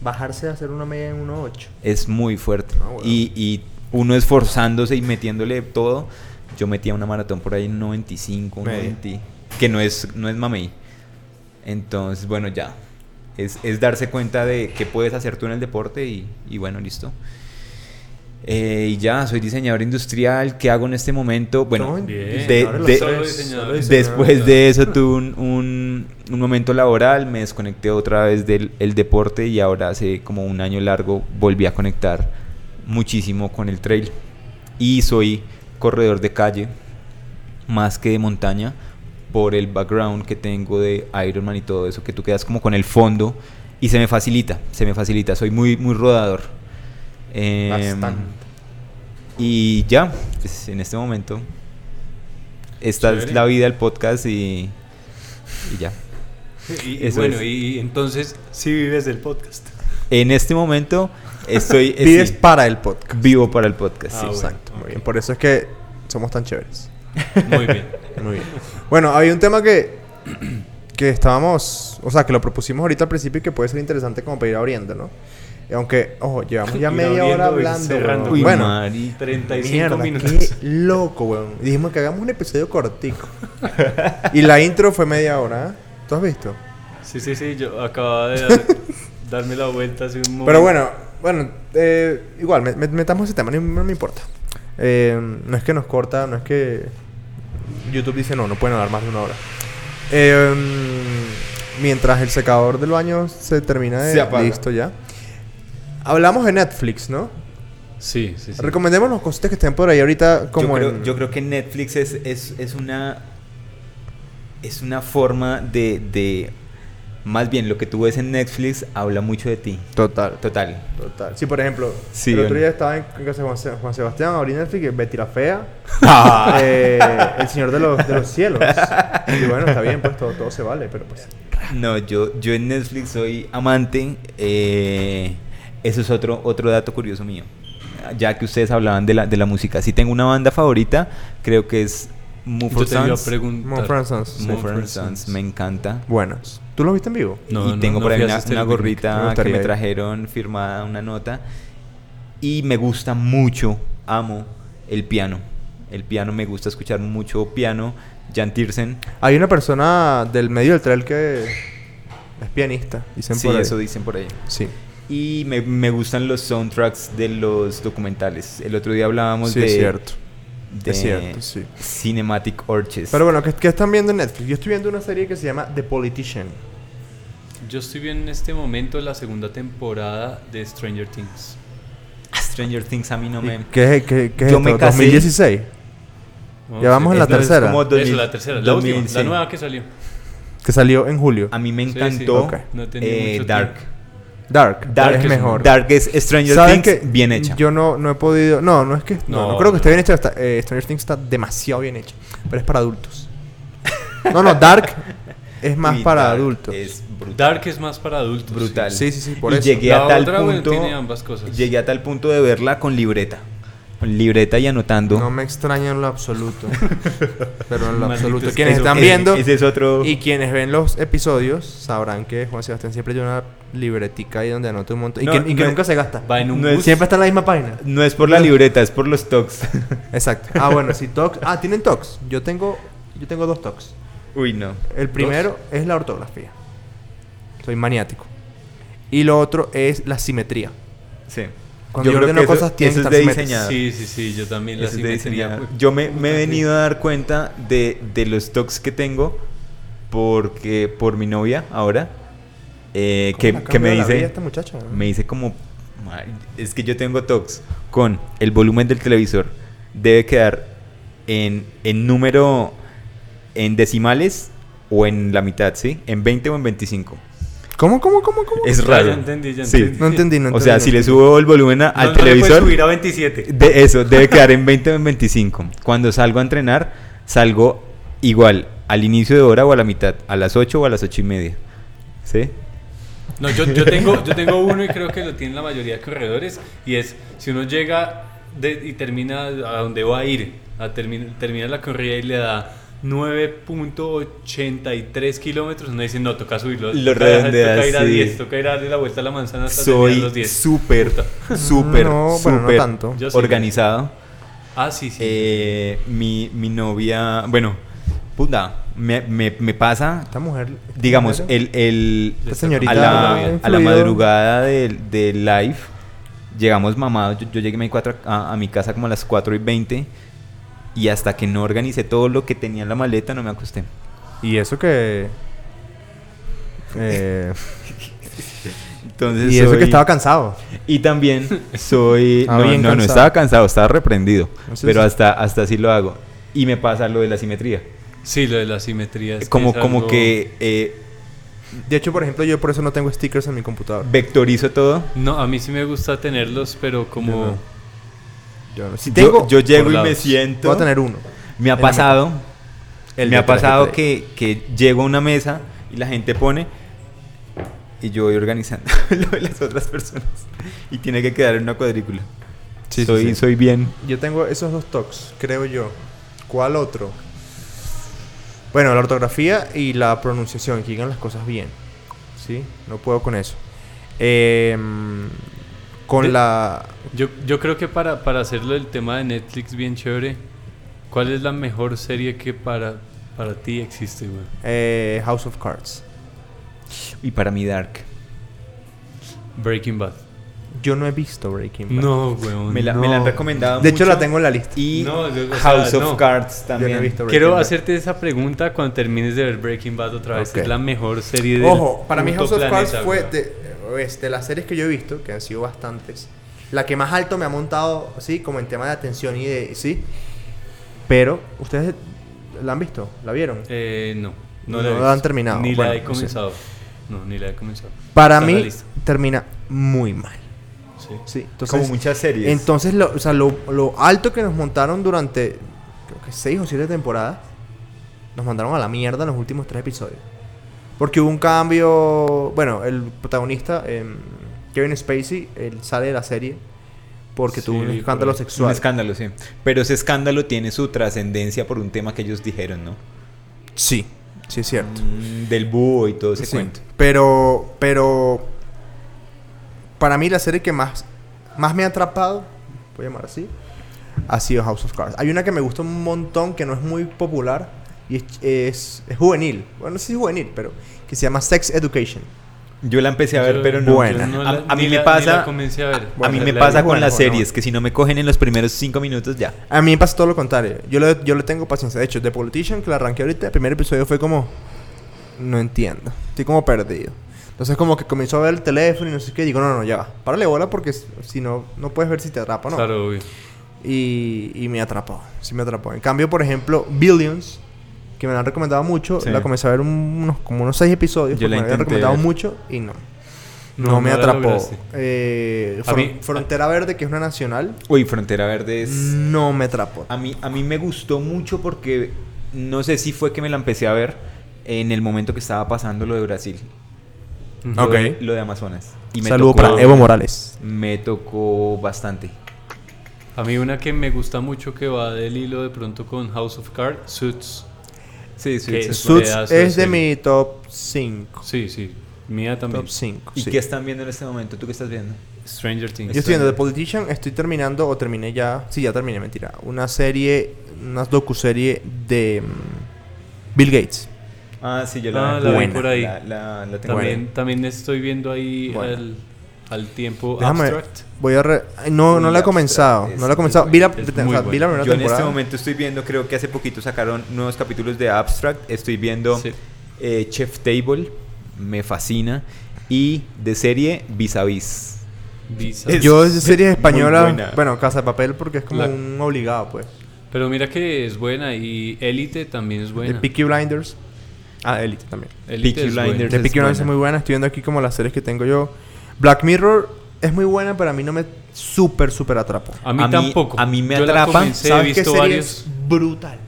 bajarse a hacer una media en 1.8.
Es muy fuerte.
Ah, bueno.
y, y uno esforzándose y metiéndole todo. Yo metía una maratón por ahí en 95,
Media.
90, que no es, no es mamey. Entonces, bueno, ya. Es, es darse cuenta de qué puedes hacer tú en el deporte y, y bueno, listo. Eh, y ya, soy diseñador industrial. ¿Qué hago en este momento? Bueno,
Somos
bien.
diseñadores los
de-
tres.
Solo diseñadores.
Solo
Después
diseñadores.
de eso tuve un, un- un momento laboral, me desconecté otra vez del el deporte y ahora hace como un año largo volví a conectar muchísimo con el trail. Y soy corredor de calle, más que de montaña, por el background que tengo de Ironman y todo eso, que tú quedas como con el fondo y se me facilita, se me facilita, soy muy, muy rodador. Em,
Bastante.
y ya, pues, en este momento. Esta es
Chévere.
la vida del podcast y, y ya.
Y, y
Eso
bueno,
es.
y entonces sí vives del podcast.
En este momento estoy eh,
Vives
sí,
para el podcast.
vivo para el podcast.
Ah,
sí.
bueno.
Exacto. Muy
ok.
bien. Por eso es que somos tan chéveres.
Muy bien.
Muy bien. Bueno, había un tema que, que estábamos, o sea, que lo propusimos ahorita al principio y que puede ser interesante como para ir abriendo, ¿no? Y Aunque, ojo, llevamos ya
Ir
media
abriendo
hora
y
hablando.
cerrando.
weón.
Uy,
Bueno,
mari-
35
mierda,
minutos.
qué loco, weón. Y Dijimos que hagamos un episodio cortico. y la intro fue media hora, ¿eh? ¿Tú has visto?
Sí, sí, sí, yo acababa de dar- darme la vuelta hace un momento.
Pero bueno, bueno, eh, igual, me- me- metamos ese tema, no, no me importa. Eh, no es que nos corta, no es que YouTube dice no, no pueden hablar más de una hora. Eh, mientras el secador del baño se termina de
Se apaga.
listo ya. Hablamos de Netflix, ¿no?
Sí, sí, sí.
Recomendemos los cositas que estén por ahí ahorita como
yo, creo,
en-
yo creo que Netflix es, es, es una es una forma de, de más bien lo que tú ves en Netflix habla mucho de ti.
Total.
Total.
Total. Sí, por ejemplo,
Sí,
el otro
bueno.
día estaba en en casa de Juan, Se- Juan Sebastián, abrí Netflix, y Betty la Fea,
Ah.
eh, El Señor de los, de los Cielos. Y bueno, está bien, pues todo, todo se vale, pero pues...
No, yo, yo en Netflix soy amante. eh, eso es otro, otro dato curioso mío. Ya que ustedes hablaban de la, de la música. Si tengo una banda favorita, creo que es
Yo
Mumford
te iba a
Sons.
preguntar.
Mumford Sons.
Mumford Sons, me encanta.
Buenas. ¿Tú lo viste en vivo?
No,
y
no,
tengo
no
por ahí
fui a
una,
ese
una
Stereo Picnic.
Me
gorrita que
gustaría
me
ir.
trajeron firmada, una nota. Y me gusta mucho, amo el piano. El piano, me gusta escuchar mucho piano. Jan Tiersen.
Hay una persona del medio del trail que es pianista, dicen
Sí,
por ahí.
eso dicen por ahí.
Sí.
Y me, me gustan los soundtracks de los documentales. El otro día hablábamos
Sí,
de,
es cierto.
de
Es cierto, sí.
Cinematic Orches.
Pero bueno, ¿qué, qué están viendo en Netflix? Yo estoy viendo una serie que se llama The Politician.
Yo estoy viendo en este momento la segunda temporada de Stranger Things.
Stranger Things a mí no me...
¿Qué, qué, qué es
Yo me
esto?
casé.
2016. Ya vamos en la
no, es
tercera.
como
Eso,
2000,
la tercera, la
2000,
última, la
sí.
nueva que salió.
Que salió en julio.
A mí me
Sí, sí.
encantó
Ok.
No tenía
eh,
mucho
Dark.
tiempo.
Dark.
Dark
Dark es
es-
mejor.
Dark es Stranger
¿Saben
Things
que
bien hecha.
Yo no, no he podido. No, no es que. No, no,
No,
creo que
no.
esté bien hecha. está- eh, Stranger Things está demasiado bien hecha. Pero es para adultos. No, no, Dark es más
Y
para
Dark
adultos.
Es brutal.
Dark es más para adultos.
brutal.
Sí, sí, sí, por
y
eso.
llegué
La
a tal
otra, bueno,
punto...
tiene ambas cosas.
Llegué a tal punto de verla con libreta. Con libreta y anotando.
No me extraña en lo absoluto. pero en lo absoluto.
Maldito estúpido.
Quienes están
Ese-
viendo
Ese es otro...
y quienes ven los episodios sabrán que Juan Sebastián siempre tiene una libretica ahí donde anota un montón. Y,
No,
que, y que
no es-
nunca se gasta.
Va en un
No es-
bus.
Siempre está en la misma página.
No es por la libreta, es por los tocs.
Exacto. Ah, bueno, si tox. Ah, tienen tox. Yo tengo, yo tengo dos tox.
Uy, no.
El primero es la ortografía. Soy maniático. Y lo otro es la simetría.
Sí.
Cuando yo,
creo
ordeno
que eso-
cosas, tienen
eso
que
es de
estar simétricas.
diseñador.
Sí, sí, sí, yo también la
Eso es de
simetría,
diseñar.
pues.
Yo me, me he
Puta, sí.
venido a dar cuenta de, de los tocs que tengo porque por mi novia ahora eh,
¿Cómo
que,
la
que me
cambia la vida
dice
esta muchacha,
me dice como "Ay, es que yo tengo tocs con el volumen del televisor debe quedar en, en número en decimales o en la mitad, ¿sí? En 20 o en 25.
¿Cómo, cómo, cómo, cómo?
Es
Ya,
raro.
ya entendí, ya
Sí.
entendí.
No entendí, no entendí.
o sea,
no
si
entendí.
le subo el volumen a-
No,
al
no le puedes
televisor
subir a 27.
de eso, debe quedar en 20 o en 25. Cuando salgo a entrenar, salgo igual al inicio de hora o a la mitad, a las 8 o a las 8 y media. ¿Sí?
No, yo, yo tengo, yo tengo uno y creo que lo tienen la mayoría de corredores. Y es, si uno llega de- y termina a donde va a ir, a termi- termina la corrida y le da 9.83 kilómetros, uno dice, no, toca subirlo.
Lo
toca, dejar-
redondea,
Toca ir a
sí.
10, toca ir a darle la vuelta a la manzana hasta terminar los
Soy
10.
súper, súper,
No, bueno, no
súper
tanto.
Yo sí.
organizado.
Ah, sí, sí.
Eh, mi, mi novia, bueno, puta, me, me- me pasa,
Esta mujer. esta
digamos,
mujer-
el, el,
Esta
Esta
señorita.
a
ha
la, a la
influido.
madrugada del del live, llegamos mamados. Yo, yo llegué a mi, cuatro- a, a mi casa como a las 4 y 20. Y hasta que no organicé todo lo que tenía en la maleta, no me acosté.
Y eso que. eh,
Entonces,
y eso
soy-
que estaba cansado.
Y también soy.
Ah,
no,
bien
no, no,
cansado.
estaba cansado, estaba reprendido.
Ah, sí,
pero
sí.
Hasta, hasta así lo hago. Y me pasa lo de la simetría.
sí, lo de la simetría. es
como,
es
como
algo-
que eh,
De hecho, por ejemplo, yo por eso no tengo stickers en mi computador.
vectorizo todo.
No, a mí sí me gusta tenerlos, pero como...
no. Yo, no- si
Yo-
tengo,
yo, llego
por
y me
lados.
siento.
voy a tener uno.
Me ha
en la mesa.
pasado.
El
me
de
ha pasado
3x3.
que, que llego a una mesa y la gente pone y yo voy organizando lo de las otras personas. Y tiene que quedar en una cuadrícula.
Sí, sí,
soy,
sí.
soy bien.
Yo tengo esos dos tocs, creo yo. ¿Cuál otro? Bueno, la ortografía y la pronunciación, que digan las cosas bien. ¿Sí? No puedo con eso. Em, con
De-
la...
Yo, yo creo que para, para hacerlo el tema de Netflix bien chévere, ¿cuál es la mejor serie que para, para ti existe, güey?
eh, House of Cards.
Y para mí Dark.
Breaking Bad.
Yo no he visto Breaking Bad.
No, weón.
Oh, Me la, me la han recomendado
De hecho,
mucho.
la tengo en la lista.
Y
No, yo- o sea,
House of
no.
Cards también.
Yo no he visto Breaking
Quiero
Bad.
hacerte esa pregunta cuando termines de ver Breaking Bad otra vez.
Ok.
Es la mejor serie de.
Ojo, para mí House of Cards fue de, es de este, las series que yo he visto, que han sido bastantes, la que más alto me ha montado, sí, como en tema de atención y de, sí. Pero, ¿ustedes la han visto? ¿La vieron?
Eh, no.
No
he
la
visto.
han terminado.
Ni
Bueno,
la he
no sé.
comenzado. No, ni la he comenzado.
Para
Está en la
mí
lista.
termina muy mal.
Sí.
Sí,
como
entonces,
muchas series.
entonces lo, o sea, lo, lo alto que nos montaron durante creo que seis o siete temporadas, nos mandaron a la mierda en los últimos tres episodios. Porque hubo un cambio. Bueno, el protagonista, em, Kevin Spacey, él sale de la serie porque
Sí,
tuvo un
por
escándalo
ahí.
un
sexual.
escándalo, sí. Pero ese escándalo tiene su trascendencia por un tema que ellos dijeron, ¿no?
sí, sí, es cierto.
Mm, Del búho y todo ese
Sí,
cuento.
Pero, pero. Para mí, la serie que más, más me ha atrapado, voy a llamar así, ha sido House of Cards. Hay una que me gusta un montón, que no es muy popular y es, es- es juvenil. Bueno, no sé si es juvenil, pero. Que se llama Sex Education.
Yo la empecé a ver,
Yo-
pero no.
Buena.
yo no
A-
la-
a mí
ni
me
la- ni
pasa-
la comencé a ver.
a mí
Bueno,
me
la-
pasa con
bueno,
las
bueno,
series,
bueno.
que si no me cogen en los primeros cinco minutos ya.
A mí me pasa todo lo contrario. Yo le, yo le tengo paciencia. De hecho, The Politician, que la arranqué ahorita, el primer episodio fue como. No entiendo. Estoy como perdido. Entonces, como que comenzó a ver el teléfono y no sé qué. Digo, no, no, no, ya va. Párale bola porque s- si no, no puedes ver si te atrapa o no.
Claro, obvio.
Y, y me atrapó, sí me atrapó. En cambio, por ejemplo, Billions, que me la han recomendado mucho,
Sí.
la comencé a ver un- unos, como unos seis episodios,
Yo
porque
la
me la habían
intenté
recomendado
ver.
mucho y no. No,
No,
me
no la
atrapó.
lograste.
Eh,
A
Fron-
mí-
Frontera Verde, que es una nacional,
Uy, Frontera Verde es...
no me atrapó.
A mí, a mí me gustó mucho porque no sé si fue que me la empecé a ver en el momento que estaba pasando lo de Brasil,
Ujú.
Ok.
lo de Amazonas. Y me
Saludo
tocó-
para Evo Morales.
Me tocó bastante.
A mí una que me gusta mucho que va del hilo de pronto con House of Cards, Suits.
Sí,
sí, sí.
Su-
Suits
pedazo de
es de
serie.
mi top 5.
Sí, sí. Mía también.
Top 5.
¿Y qué están viendo en este momento? ¿Tú qué estás viendo?
Stranger Things.
Yo estoy viendo The Politician, estoy terminando, o terminé ya, sí, ya terminé, mentira, una serie, una docuserie de mm, Bill Gates.
Ah, sí, yo
Ah,
la,
la vi
Buena.
por ahí.
la- la- la tengo
También,
Bueno.
también estoy viendo ahí
Bueno.
al, al tiempo
Déjame.
abstract.
Voy a. re- Ay, no, no la he
Abstract
comenzado.
es
No la he comenzado. Vi la, o
muy
sea,
bueno.
vi la primera
Yo en
temporada.
este momento estoy viendo, creo que hace poquito sacaron nuevos capítulos de Abstract. Estoy viendo
Sí.
eh, Chef Table, me fascina. Y de serie Vis a Vis.
Visa.
Es-
Yo de series
muy
españolas,
buena.
bueno, Casa de Papel porque es como
La-
un obligado, pues.
Pero mira que es buena y Elite también es
De
buena.
Peaky Blinders. Ah, Elite también.
Elite
Peaky
es buena.
Blinders.
De
es
Peaky Blinders es
buena.
muy buena. Estoy viendo aquí como las series que tengo yo. Black Mirror es muy buena, pero a mí no me súper, súper atrapó.
A mí
A mí-
tampoco.
a mí me
Yo la
atrapa.
comencé, he
¿Sabes qué
visto
serie
varios.
es brutal?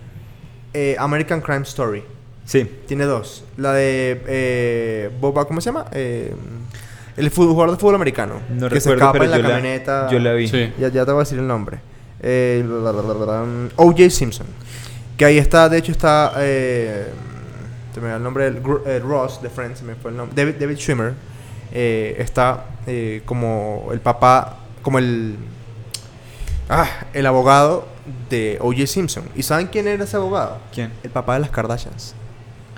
Eh, American Crime Story.
Sí.
Tiene dos. La de eh, Boba, ¿cómo se llama? Eh, el fútbol- jugador de fútbol americano.
No
que se
recuerdo,
escapa
pero
en la
yo la-
camioneta.
yo la vi.
Sí.
Ya, ya te voy a decir el nombre. Eh, la- la- la- la- la- um, O.J. Simpson. Que ahí está, de hecho está... Eh, se me da el nombre del gru- eh, Ross de Friends, se me fue el nombre. David, David Schwimmer. eh, está eh, como el papá, como el... Ah, el abogado de O.J. Simpson. ¿Y saben quién era ese abogado?
¿Quién?
El papá de las Kardashians.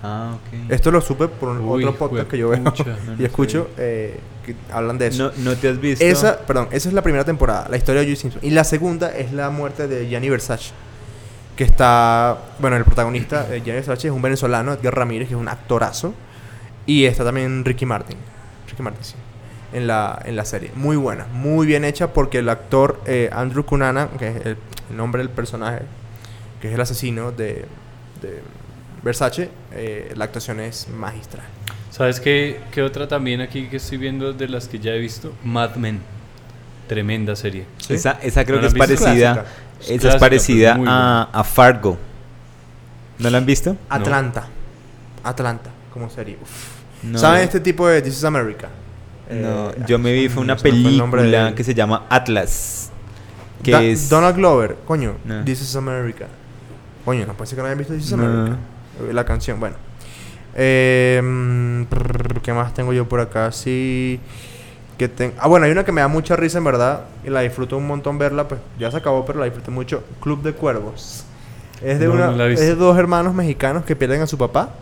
Ah, ok.
Esto lo supe por un-
Uy,
otro podcast que yo veo
juepucha, no,
no
y escucho
sabía.
eh, que hablan de eso.
no, no te has visto.
Esa, perdón, esa es la primera temporada, la historia de O.J. Simpson. Y la segunda es la muerte de Gianni Versace, que está, bueno, el protagonista de Gianni Versace es un venezolano, Edgar Ramírez, que es un actorazo, y está también Ricky Martin, Ricky Martin, sí, en la, en la serie. Muy buena, muy bien hecha porque el actor eh, Andrew Cunanan, que es el, el nombre del personaje, que es el asesino de, de Versace, eh, la actuación es magistral.
¿Sabes qué, qué otra también aquí que estoy viendo de las que ya he visto? Mad Men. Tremenda serie.
¿sí?
Esa, esa creo
¿No
que
la
es
han visto?
parecida.
Clásica.
Esa
Es
es
clásica,
parecida
pero es muy
a, a Fargo. ¿No la han visto?
No.
Atlanta. Atlanta, como serie. Uf.
No.
¿Saben este tipo de This is America?
No,
Eh,
yo me vi, fue una
se me fue el nombre
película
de-
que se llama Atlas. Que
Da-
es.
Donald Glover, coño.
No.
This is America. Coño, no parece que no hayan visto This is
No.
America. Eh, La canción, bueno. Eh, mm, prr, ¿Qué más tengo yo por acá? Sí. Que ten- Ah, bueno, hay una que me da mucha risa, en verdad. Y la disfruto un montón verla. Pues ya se acabó, pero la disfruté mucho. Club de Cuervos. Es de,
No,
una-
no la he
es
visto.
de dos hermanos mexicanos que pierden a su papá.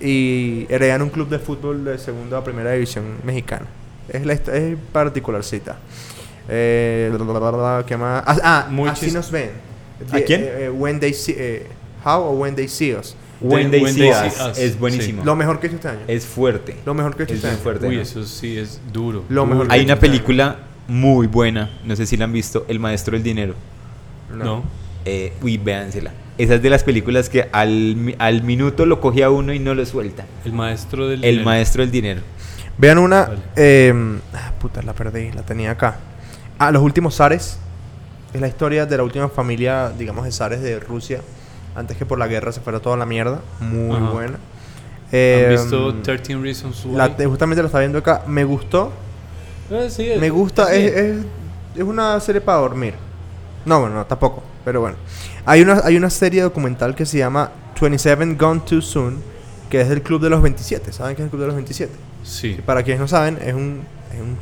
Y heredan un club de fútbol de segunda a primera división mexicana. Es, la, hist- es particularcita. Eh, bla, bla, bla, bla, ¿qué más? Ah, ah,
Muy
así
chis-
nos ven.
¿A
The-
quién?
eh, eh, when they see, eh, how o when they see us.
When
de-
They
When
See
They
Us
See Us.
Es buenísimo.
Lo mejor que he hecho este año.
Es fuerte.
Lo mejor que he hecho
Es
este
bien
año.
fuerte.
Uy,
¿no?
eso sí es duro.
Lo
duro.
mejor que
Hay
he
una
hecho este año.
película muy buena. No sé si la han visto. El Maestro del Dinero.
No.
Eh, uy, véansela. Esa es de las películas que al, mi- al minuto lo coge a uno y no lo suelta.
El maestro del.
El
dinero.
Maestro del Dinero.
Vean una.
Vale.
eh, ah, puta, la perdí, la tenía acá. Ah, Los últimos zares. Es la historia de la última familia, digamos, de zares de Rusia. Antes que por la guerra se fuera toda la mierda. Muy
Ajá.
buena.
¿Han
Eh,
visto
em,
13 Reasons Why?
la- eh, justamente la está viendo acá. Me gustó.
Ah, sí, es-
Me gusta,
es
es,
bien.
es, es una serie para dormir. No, bueno, no, tampoco, pero bueno. Hay una, hay una serie documental que se llama 27 Gone Too Soon, que es del Club de los 27. ¿Saben qué es el Club de los 27?
Sí.
Que Para quienes no saben, es un, es un,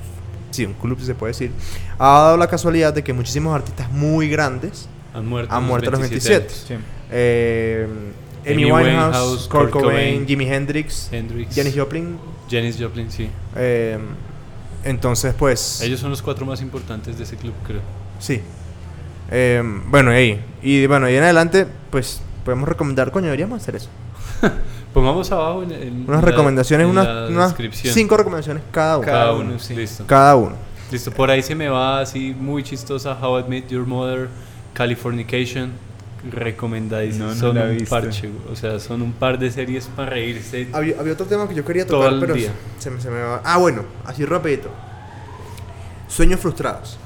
sí, un club, si se puede decir. Ha dado la casualidad de que muchísimos artistas muy grandes,
Han muerto.
han
unos
muerto a los 27. eh, Amy,
Amy
Winehouse,
Winehouse,
Kurt
Kurt
Cobain,
Cobain,
Jimi Hendrix,
Hendrix.
Janis Joplin.
Janis Joplin, sí.
eh, entonces, pues...
Ellos son los cuatro más importantes de ese club, creo.
Sí. Eh, bueno, ahí. Y bueno, ahí en adelante, pues podemos recomendar, coño, deberíamos hacer eso.
Pongamos abajo en, en
Unas
la-
recomendaciones,
en
unas,
la
unas
descripción.
cinco recomendaciones cada uno.
Cada uno, sí. Listo.
Cada uno.
Listo, por ahí se me va así muy chistosa How I Met Your Mother, Californication, recomendadísima.
No, no
son
la he
un
visto.
parche, güey. o sea, son un par de series para reírse.
Había, había otro tema que yo quería
Todo
tocar,
el
pero
día.
se me, se me va. Ah, bueno, así rapidito. Sueños frustrados.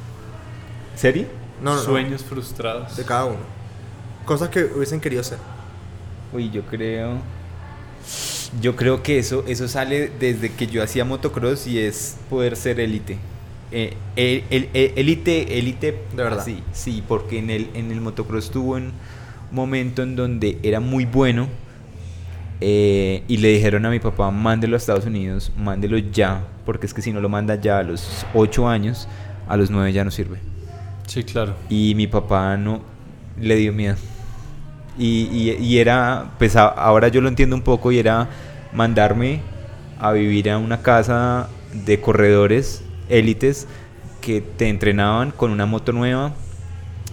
¿Serie?
No, no, no,
Sueños frustrados.
de cada uno. Cosas que hubiesen querido hacer.
Uy, yo creo. Yo creo que eso, eso sale desde que yo hacía motocross y es poder ser élite. Eh, el- el- el- Élite, élite.
De verdad.
Sí, sí, porque en el, en el motocross tuvo un momento en donde era muy bueno eh, y le dijeron a mi papá, mándelo a Estados Unidos, mándelo ya, porque es que si no lo manda ya a los 8 años, a los 9 ya no sirve.
Sí, claro.
Y mi papá no le dio miedo. Y, y- y era, pues a- ahora yo lo entiendo un poco y era mandarme a vivir a una casa de corredores élites que te entrenaban con una moto nueva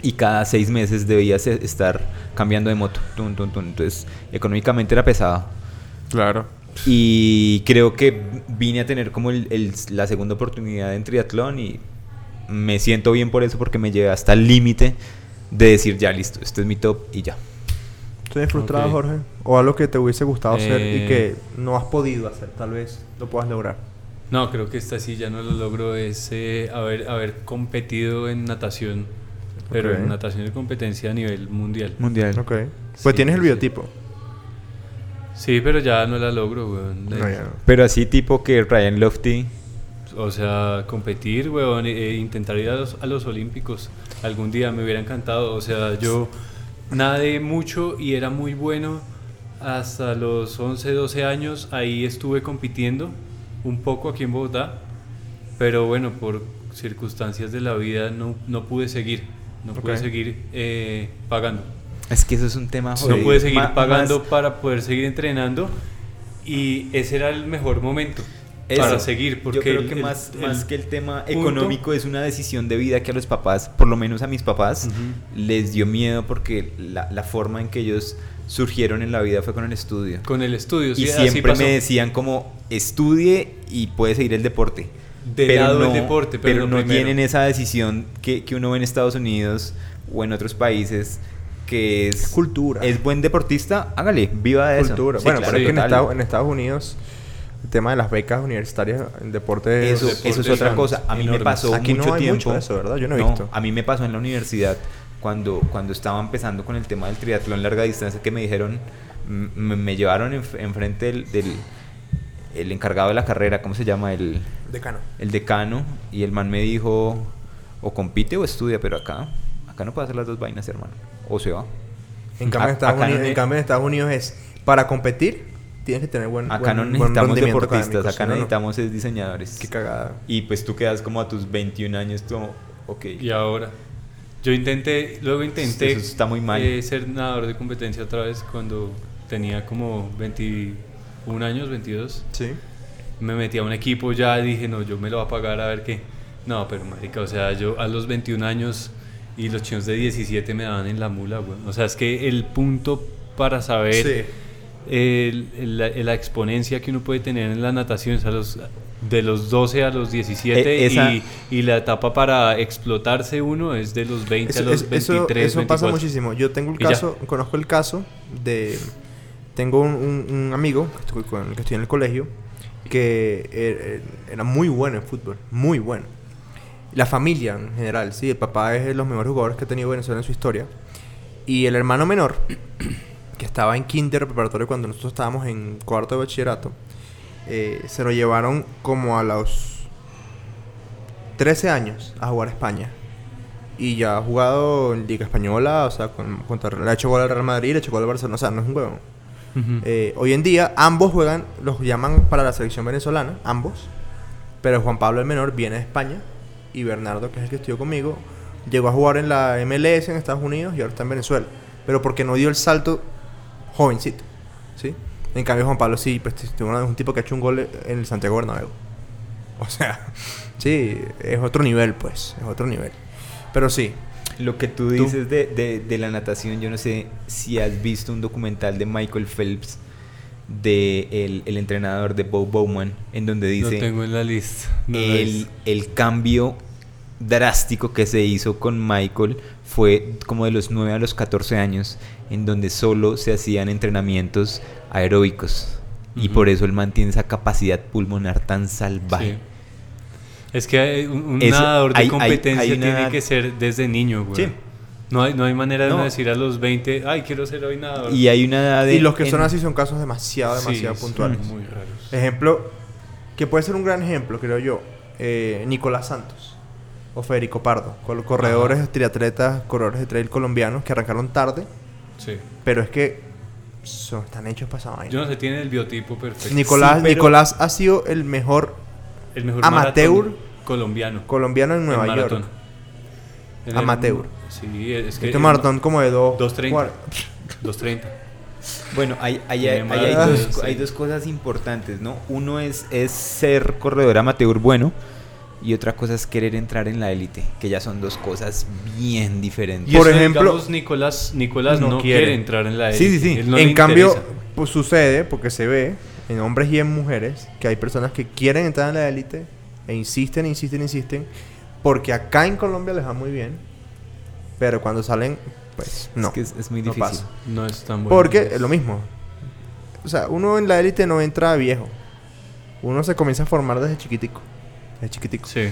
y cada seis meses debías e- estar cambiando de moto. Tun, tun, tun. Entonces, económicamente era pesado.
Claro.
Y creo que vine a tener como el- el- la segunda oportunidad en triatlón y me siento bien por eso porque me llevé hasta el límite de decir ya listo, este es mi top y ya.
¿Estoy frustrado,
Ok.
Jorge? ¿O algo que te hubiese gustado hacer
Eh.
y que no has podido hacer? Tal vez lo puedas lograr.
No, creo que esta sí ya no lo logro. Es eh, haber, haber competido en natación. Pero
Ok.
en natación de competencia a nivel mundial.
Mundial.
Ok. Pues
Sí,
tienes el
sí.
biotipo.
Sí, pero ya no la logro, weón.
No, ya no.
Pero así tipo que Ryan Lofty.
O sea, competir, weón, e- e intentar ir a los, a los Olímpicos. Algún día me hubiera encantado. O sea, yo nadé mucho y era muy bueno hasta los 11, 12 años. Ahí estuve compitiendo un poco aquí en Bogotá. Pero bueno, por circunstancias de la vida no, no pude seguir. No pude
Ok.
seguir eh, pagando.
Es que eso es un tema
No
jodido.
pude seguir
Ma-
pagando
más-
para poder seguir entrenando. Y ese era el mejor momento
eso.
para seguir. Porque
Yo creo
el-
que
el-
más,
el-
más que el tema
punto-
económico es una decisión de vida que a los papás, por lo menos a mis papás,
Ujú.
les dio miedo porque la, la forma en que ellos surgieron en la vida fue con el estudio.
Con el estudio, sí,
y
así
siempre
pasó.
me decían como estudie y puede seguir el deporte.
De lado el deporte, pero lo
no
primero.
tienen esa decisión que, que uno ve en Estados Unidos o en otros países que es
cultura.
Es buen deportista, hágale, viva de
cultura.
eso. Sí,
bueno,
claro,
pero es que en
total.
Estados, en Estados Unidos el tema de las becas universitarias en deporte
eso,
los
eso es
deportes
otra
son
cosa. A mí me
enormes.
pasó
Aquí no
mucho
hay
tiempo.
mucho eso, ¿verdad? Yo no he visto.
A mí me pasó en la universidad cuando, cuando estaba empezando con el tema del triatlón larga distancia que me dijeron, m- me, me llevaron enf- enfrente del, del el encargado de la carrera, ¿cómo se llama? El,
decano.
el decano y el man me dijo o compite o estudia, pero acá acá no puede hacer las dos vainas, hermano. O se va.
En cambio, en
A-
Estados,
acá no
Unidos, en
ne-
cambio en Estados Unidos es para competir tienes que tener buen
Acá
buen-
no
buen
necesitamos
rendimiento
deportistas,
académico,
acá
si no, no.
necesitamos es diseñadores.
Qué cagada.
Y pues tú quedas como a tus 21 años como, ok.
Y ahora. Yo intenté, luego intenté
Eso está muy mal.
eh, ser nadador de competencia otra vez cuando tenía como 21 años, 22.
Sí.
Me metí a un equipo ya, dije, no, yo me lo voy a pagar a ver qué. No, pero marica, o sea, yo a los 21 años y los chinos de 17 me daban en la mula, güey. O sea, es que el punto para saber... el- el- la, la exponencia que uno puede tener en la natación es a los, de los 12 a los 17
E- esa-
y, y la etapa para explotarse uno es de los 20
Eso,
a los
eso-
23.
eso- eso
24.
pasa muchísimo. Yo tengo el
Y ya.
caso, conozco el caso de. Tengo un, un- un amigo que estoy- con el que estoy en el colegio que er- er- era muy bueno en fútbol, muy bueno. La familia en general, sí, el papá es de los mejores jugadores que ha tenido Venezuela en su historia. Y el hermano menor, que estaba en kinder preparatorio cuando nosotros estábamos en cuarto de bachillerato, eh, se lo llevaron como a los 13 años a jugar a España. Y ya ha jugado en Liga Española, o sea, con, contra, le ha hecho gol al Real Madrid, le ha hecho gol al Barcelona, o sea, no es un huevón.
Ujú.
Eh, hoy en día ambos juegan, los llaman para la selección venezolana, ambos. Pero Juan Pablo el menor viene de España y Bernardo, que es el que estudió conmigo, llegó a jugar en la MLS en Estados Unidos y ahora está en Venezuela. Pero porque no dio el salto jovencito, ¿sí? En cambio Juan Pablo sí, pues es un tipo que ha hecho un gol en el Santiago Bernabéu. O sea, sí, es otro nivel, pues, es otro nivel. Pero sí,
Lo que tú dices de, de- de la natación, yo no sé si has visto un documental de Michael Phelps, de el, el entrenador de Bo Bowman, en donde
lo
dice
tengo en la lista. no lo
el,
es.
el cambio drástico que se hizo con Michael fue como de los 9 a los 14 años, en donde solo se hacían entrenamientos aeróbicos. Y
Ujú.
por eso él mantiene esa capacidad pulmonar tan salvaje.
Sí. Es que hay un, un
Eso-
nadador de
hay- hay-
competencia
hay una-
tiene que ser desde niño, güey.
Sí.
No hay, no hay manera de uno
No.
decir a los 20, ay, quiero ser hoy nadador.
Y hay una edad de-
y los que son
en-
así son casos demasiado,
Sí,
demasiado
son
puntuales.
Muy raros.
Ejemplo, que puede ser un gran ejemplo, creo yo, eh, Nicolás Santos o Federico Pardo, col- corredores, triatletas, corredores de trail colombianos que arrancaron tarde,
Sí.
pero es que son, están hechos para esa vaina.
Yo no sé, tiene el biotipo perfecto.
Nicolás,
Sí, pero-
Nicolás ha sido el mejor
el mejor
amateur
maratón colombiano.
colombiano en Nueva
El maratón.
York.
En el-
Amateur.
sí, es que.
Este maratón como de dos-
Dos treinta.
cuar-
230.
Bueno, hay, hay- hay-
Tiene
hay- hay
más,
dos,
sí.
hay dos cosas importantes, ¿no? Uno es, es ser corredor amateur bueno y otra cosa es querer entrar en la élite, que ya son dos cosas bien diferentes.
Y
Por
eso,
ejemplo,
digamos, Nicolás, Nicolás no,
no
quiere.
quiere.
entrar en la
Sí,
élite.
sí, sí.
Él no le
en cambio,
interesa.
pues sucede, porque se ve en hombres y en mujeres, que hay personas que quieren entrar en la élite e insisten, insisten, insisten, porque acá en Colombia les va muy bien, pero cuando salen, pues no.
Es que es, es muy
no
difícil.
pasa.
no es tan bueno.
Porque es lo mismo. O sea, uno en la élite no entra viejo. Uno se comienza a formar desde chiquitico. Desde chiquitico.
Sí.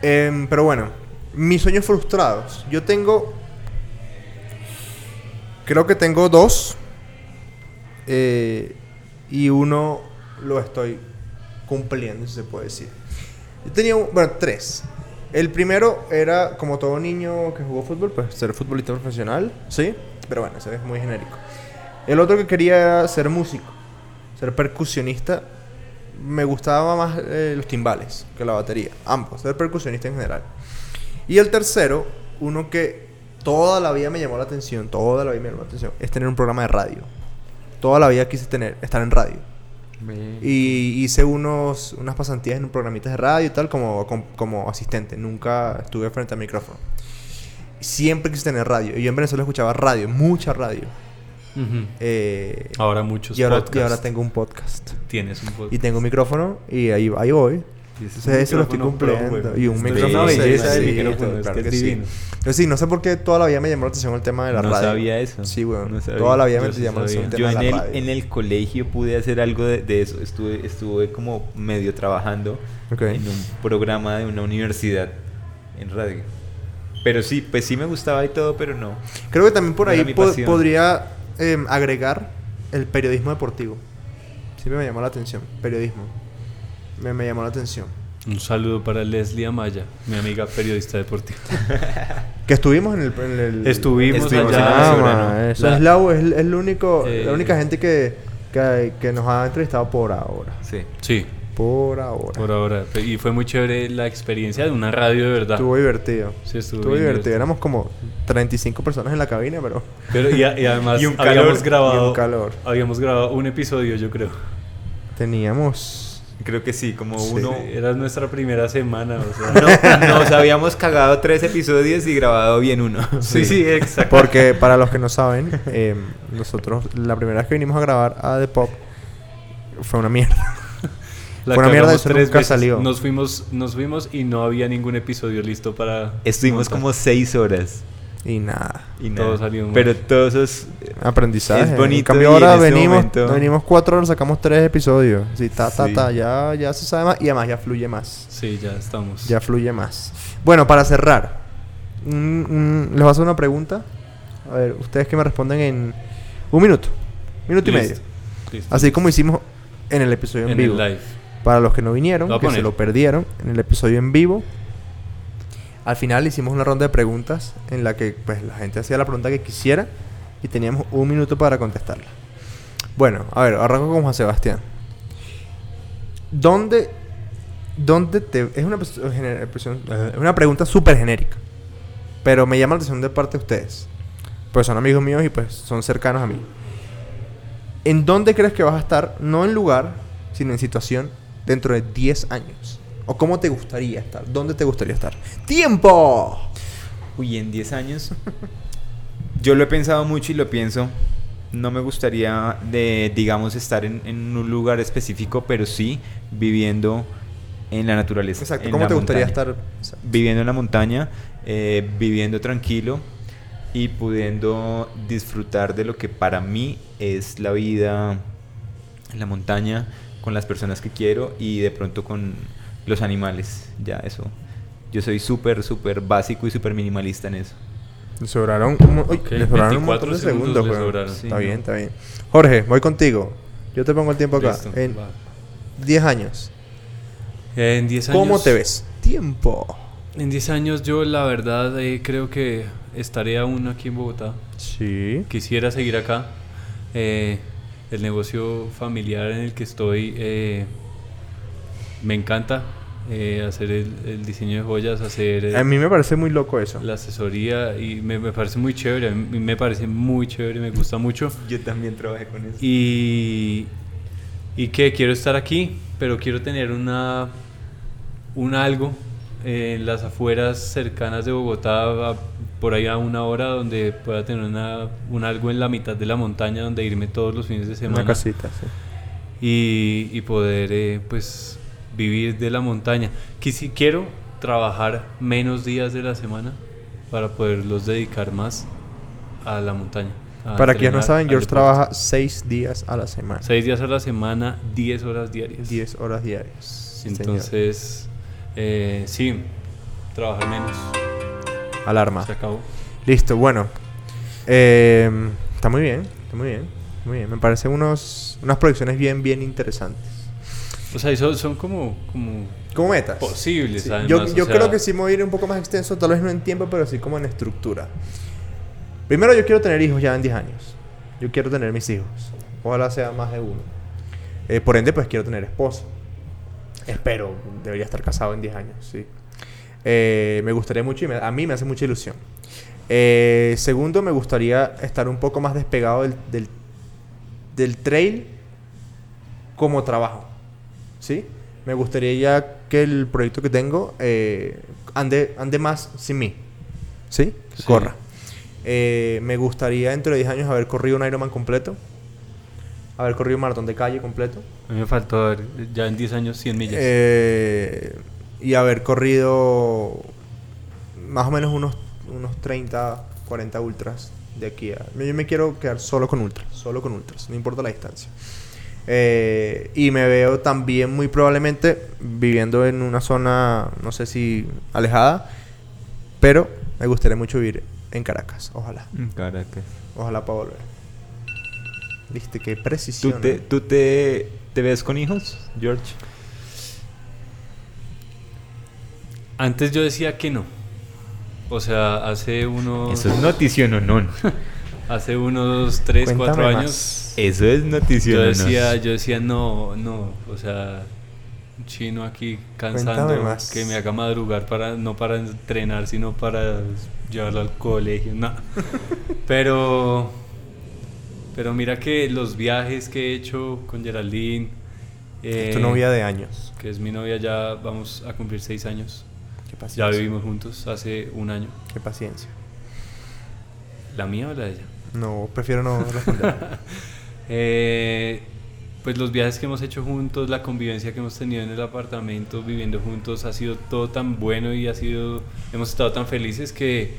Em, pero bueno, mis sueños frustrados. Yo tengo. Creo que tengo dos. Eh, y uno lo estoy cumpliendo, si se puede decir. Yo tenía, un- bueno, tres. El primero era, como todo niño que jugó fútbol, pues ser futbolista profesional, ¿sí? Pero bueno, ese es muy genérico. El otro que quería era ser músico, ser percusionista. Me gustaba más eh, los timbales que la batería, ambos, ser percusionista en general. Y el tercero, uno que toda la vida me llamó la atención, toda la vida me llamó la atención, es tener un programa de radio. Toda la vida quise tener, estar en radio. Y hice unos, unas pasantías en programitas de radio y tal como, com- como asistente. Nunca estuve frente al micrófono. Siempre quise tener radio. Y yo en Venezuela escuchaba radio, mucha radio.
Ujú.
Eh,
Ahora Ah, muchos
y, ahora, y
podcasts.
ahora tengo un podcast.
Tienes un podcast.
Y tengo un micrófono y ahí, ahí voy. Entonces, eso lo estoy cumpliendo. y un
Esto es
micrófono.
una
sí,
belleza
sí,
de
micrófono, es
claro
que es
sí.
divino.
Yo sí, no sé por qué toda la vida me llamó la atención el tema de la
no
radio.
sabía eso.
Sí, bueno.
No sabía.
toda la vida me
Yo sí
llamó la atención el
sabía.
tema
Yo en
de
el,
la radio.
en el colegio pude hacer algo de, de eso. Estuve, estuve como medio trabajando
Ok.
en un programa de una universidad en radio. Pero sí, pues sí me gustaba y todo, pero no.
Creo que también por
No era
ahí
mi
po-
pasión.
podría em, agregar el periodismo deportivo. Siempre me llamó la atención. Periodismo. Me, me llamó la atención.
Un saludo para Leslie Amaya, mi amiga periodista deportiva.
Que estuvimos en el... en el-
Estuvimos
Estuvimos
allá.
en la
Ah,
basura,
ma,
¿no?
eso
La-
es, la, es, el- es lo único,
Eh.
la única gente que, que, que nos ha entrevistado por ahora.
Sí.
Sí,
Por ahora.
por ahora. Pe- Y fue muy chévere la experiencia de una radio de verdad.
Estuvo divertido.
Sí, estuvo
estuvo
bien
divertido.
divertido.
Éramos como 35 personas en la cabina, pero...
Pero y, a- y además
Y un calor, y
habíamos
un
grabado
calor.
habíamos grabado un episodio, yo creo.
Teníamos...
Creo que sí, como
Sí.
uno.
No.
Era nuestra primera semana, o sea.
No, nos habíamos cagado tres episodios y grabado bien uno.
Sí, sí, exacto.
Porque para los que no saben, eh, nosotros la primera vez que vinimos a grabar a The Pop fue una mierda.
La
Fue una mierda,
cagamos
eso nunca salió.
Nos fuimos, nos fuimos y no había ningún episodio listo para
Estuvimos
montar.
como seis horas.
Y nada.
Y
Todo
nada.
salió mal.
Pero todos esos.
Aprendizaje.
Es
En
bonito
cambio,
y en
ahora
este
venimos,
momento-
no venimos cuatro horas, sacamos tres episodios. Sí, ta, ta,
Sí.
ta. Ya, ya se sabe más. Y además ya fluye más.
Sí, ya estamos.
Ya fluye más. Bueno, para cerrar, un- un- les voy a hacer una pregunta. A ver, ustedes que me responden en un minuto. Minuto y medio.
Listo, listo.
Así como hicimos en el episodio en,
en
vivo.
el live.
Para los que no vinieron,
Lo voy a
que se
poner.
lo perdieron en el episodio en vivo. Al final hicimos una ronda de preguntas en la que pues, la gente hacía la pregunta que quisiera y teníamos un minuto para contestarla. Bueno, a ver, arranco con Juan Sebastián. ¿Dónde, dónde te... Es una, pers- eh, gener- persona- es una pregunta súper genérica, pero me llama la atención de parte de ustedes. Pues son amigos míos y pues son cercanos a mí. ¿En dónde crees que vas a estar? No en lugar, sino en situación dentro de 10 años. ¿O cómo te gustaría estar? ¿Dónde te gustaría estar? ¡Tiempo!
Uy, en 10 años. Yo lo he pensado mucho y lo pienso. No me gustaría, de, digamos, estar en, en un lugar específico, pero sí viviendo en la naturaleza.
Exacto.
en
¿Cómo
la
te gustaría
montaña.
estar? Exacto.
Viviendo en la montaña, eh, viviendo tranquilo y pudiendo disfrutar de lo que para mí es la vida en la montaña, con las personas que quiero y de pronto con los animales. Ya, eso. Yo soy súper, súper básico y súper minimalista en eso.
Le sobraron, un, mo- uy,
Ok,
le sobraron un
24
montón de
segundos
segundos,
le
weón.
sobraron, sí,
Está
¿no?
bien, está bien. Jorge, voy contigo. Yo te pongo el tiempo acá.
Listo,
en
va.
10 años.
En 10 años.
¿Cómo te ves? Tiempo.
En 10 años yo la verdad eh, creo que estaré aún aquí en Bogotá.
Sí.
Quisiera seguir acá. Eh, el negocio familiar en el que estoy eh, me encanta. eh, hacer el, el diseño de joyas, hacer eh,
A mí me parece muy loco eso.
la asesoría y me, me parece muy chévere, a mí me parece muy chévere, me gusta mucho.
Yo también trabajé con eso.
Y, y que quiero estar aquí, pero quiero tener una, un algo en las afueras cercanas de Bogotá, a- por ahí a una hora, donde pueda tener una, un algo en la mitad de la montaña, donde irme todos los fines de semana
Una casita, sí.
y, y poder eh, pues vivir de la montaña. Que si quiero trabajar menos días de la semana para poderlos dedicar más a la montaña. a
Para quienes no
entrenar,
saben,
al
George
deporte.
trabaja seis días a la semana.
Seis días a la semana, 10 horas diarias.
10 horas diarias. Sí, señor.
Entonces, eh, sí, trabajar menos.
Alarma.
Se acabó.
Listo, bueno. Eh, está muy bien, está muy bien. Muy bien. Me parecen unos, unas proyecciones bien, bien interesantes.
O sea, y son, son como, como
Como metas.
posibles.
Sí,
además,
Yo,
o
yo
sea,
creo que sí me voy a ir un poco más extenso, tal vez no en tiempo, pero sí como en estructura. Primero, yo quiero tener hijos ya en 10 años. Yo quiero tener mis hijos. Ojalá sea más de uno. Eh, por ende, pues quiero tener esposo. Espero, debería estar casado en 10 años, sí. Eh, me gustaría mucho y me- a mí me hace mucha ilusión. Eh, segundo, me gustaría estar un poco más despegado del, del, del trail como trabajo. ¿sí? Me gustaría ya que el proyecto que tengo eh, ande, ande más sin mí, ¿sí? Que
Sí.
corra. Eh, me gustaría dentro de 10 años haber corrido un Ironman completo, haber corrido un maratón de calle completo
A mí me faltó a ver, ya en 10 años 100 millas.
eh, y haber corrido más o menos unos, unos 30, 40 ultras de aquí a... Yo me quiero quedar solo con ultras, solo con ultras, no importa la distancia. Eh, y me veo también muy probablemente viviendo en una zona, no sé si alejada, pero me gustaría mucho vivir en Caracas, ojalá,
Caracas.
ojalá para volver. Viste, qué
¿Tú,
precisión. ¿eh?
te,
¿no?
tú te, te ves con hijos, George?
Antes yo decía que no. O sea, hace unos.
Eso es notición o no.
Hace unos 3, 4
Cuéntame
años.
más.
Eso es notición
Yo
o no.
decía, yo decía, no, no. O sea, un chino aquí cansando.
Cuéntame más.
Que me haga madrugar para, no para entrenar, sino para llevarlo al colegio. No. Pero. Pero mira que los viajes que he hecho con Geraldine. eh,
tu novia de años.
Que es mi novia, ya vamos a cumplir 6 años.
Qué
Ya
paciencia.
vivimos juntos hace un año.
Qué paciencia.
¿La mía o la de ella?
No, prefiero no responder.
Eh, pues los viajes que hemos hecho juntos, la convivencia que hemos tenido en el apartamento, viviendo juntos, ha sido todo tan bueno y ha sido, hemos estado tan felices que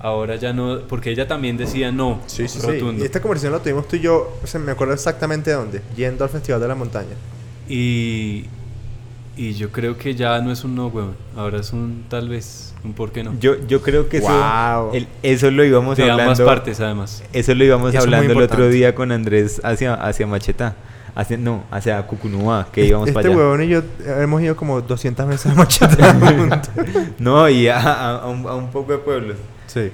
ahora ya no, porque ella también decía no,
sí, sí, sí.
rotundo.
Y esta conversación la tuvimos tú y yo, o sea, me acuerdo exactamente de dónde, yendo al Festival de la Montaña.
Y, y yo creo que ya no es un no, huevón, ahora es un tal vez, un por qué no.
Yo, yo creo que
Wow.
eso, el- eso lo íbamos
de
hablando.
ambas partes además.
Eso lo íbamos
Eso es muy
hablando el otro
importante.
día con Andrés hacia, hacia Machetá. Hacia, no, hacia Cucunúa, que íbamos
este
para allá.
huevón y yo hemos ido como 200 veces a Macheta juntos.
No, y a, a- a un, a un poco de pueblos.
Sí.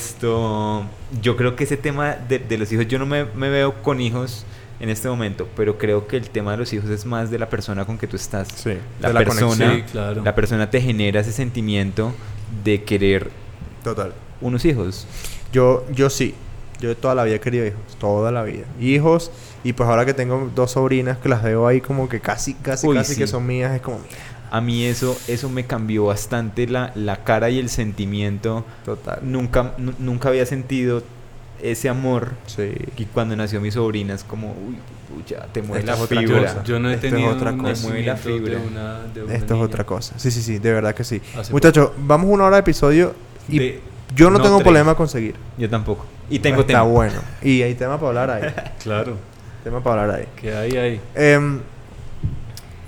Esto, yo creo que ese tema de, de los hijos, yo no me, me veo con hijos en este momento, pero creo que el tema de los hijos es más de la persona con que tú estás.
Sí,
La,
de la
persona,
conexión.
Sí, claro.
la persona te genera ese sentimiento de querer
Total.
unos hijos.
Yo, yo sí. Yo toda la vida he querido hijos. Toda la vida. Hijos. Y pues ahora que tengo dos sobrinas que las veo ahí como que casi, casi,
Uy,
casi
sí.
que son mías, es como mira.
A mí eso, eso me cambió bastante la, la cara y el sentimiento.
Total.
Nunca, nu- nunca había sentido ese amor.
Sí.
Y cuando nació mi sobrina es como, uy, pucha, te mueve
Esta
la
es otra
fibra.
cosa.
Yo no he
Esto es
tenido
otra
un
cosa.
Mueve la
nacimiento de
fibra.
una, de una
Esto es
niña.
otra cosa. Sí, sí, sí, de verdad que sí.
Hace
Muchachos, vamos una hora de episodio y
De-
yo no,
no,
tengo
tres.
problema con seguir.
Yo tampoco. Y tengo
Está
tema.
bueno. Y hay tema para hablar ahí.
Claro,
tema para hablar ahí.
que hay ahí.
Em,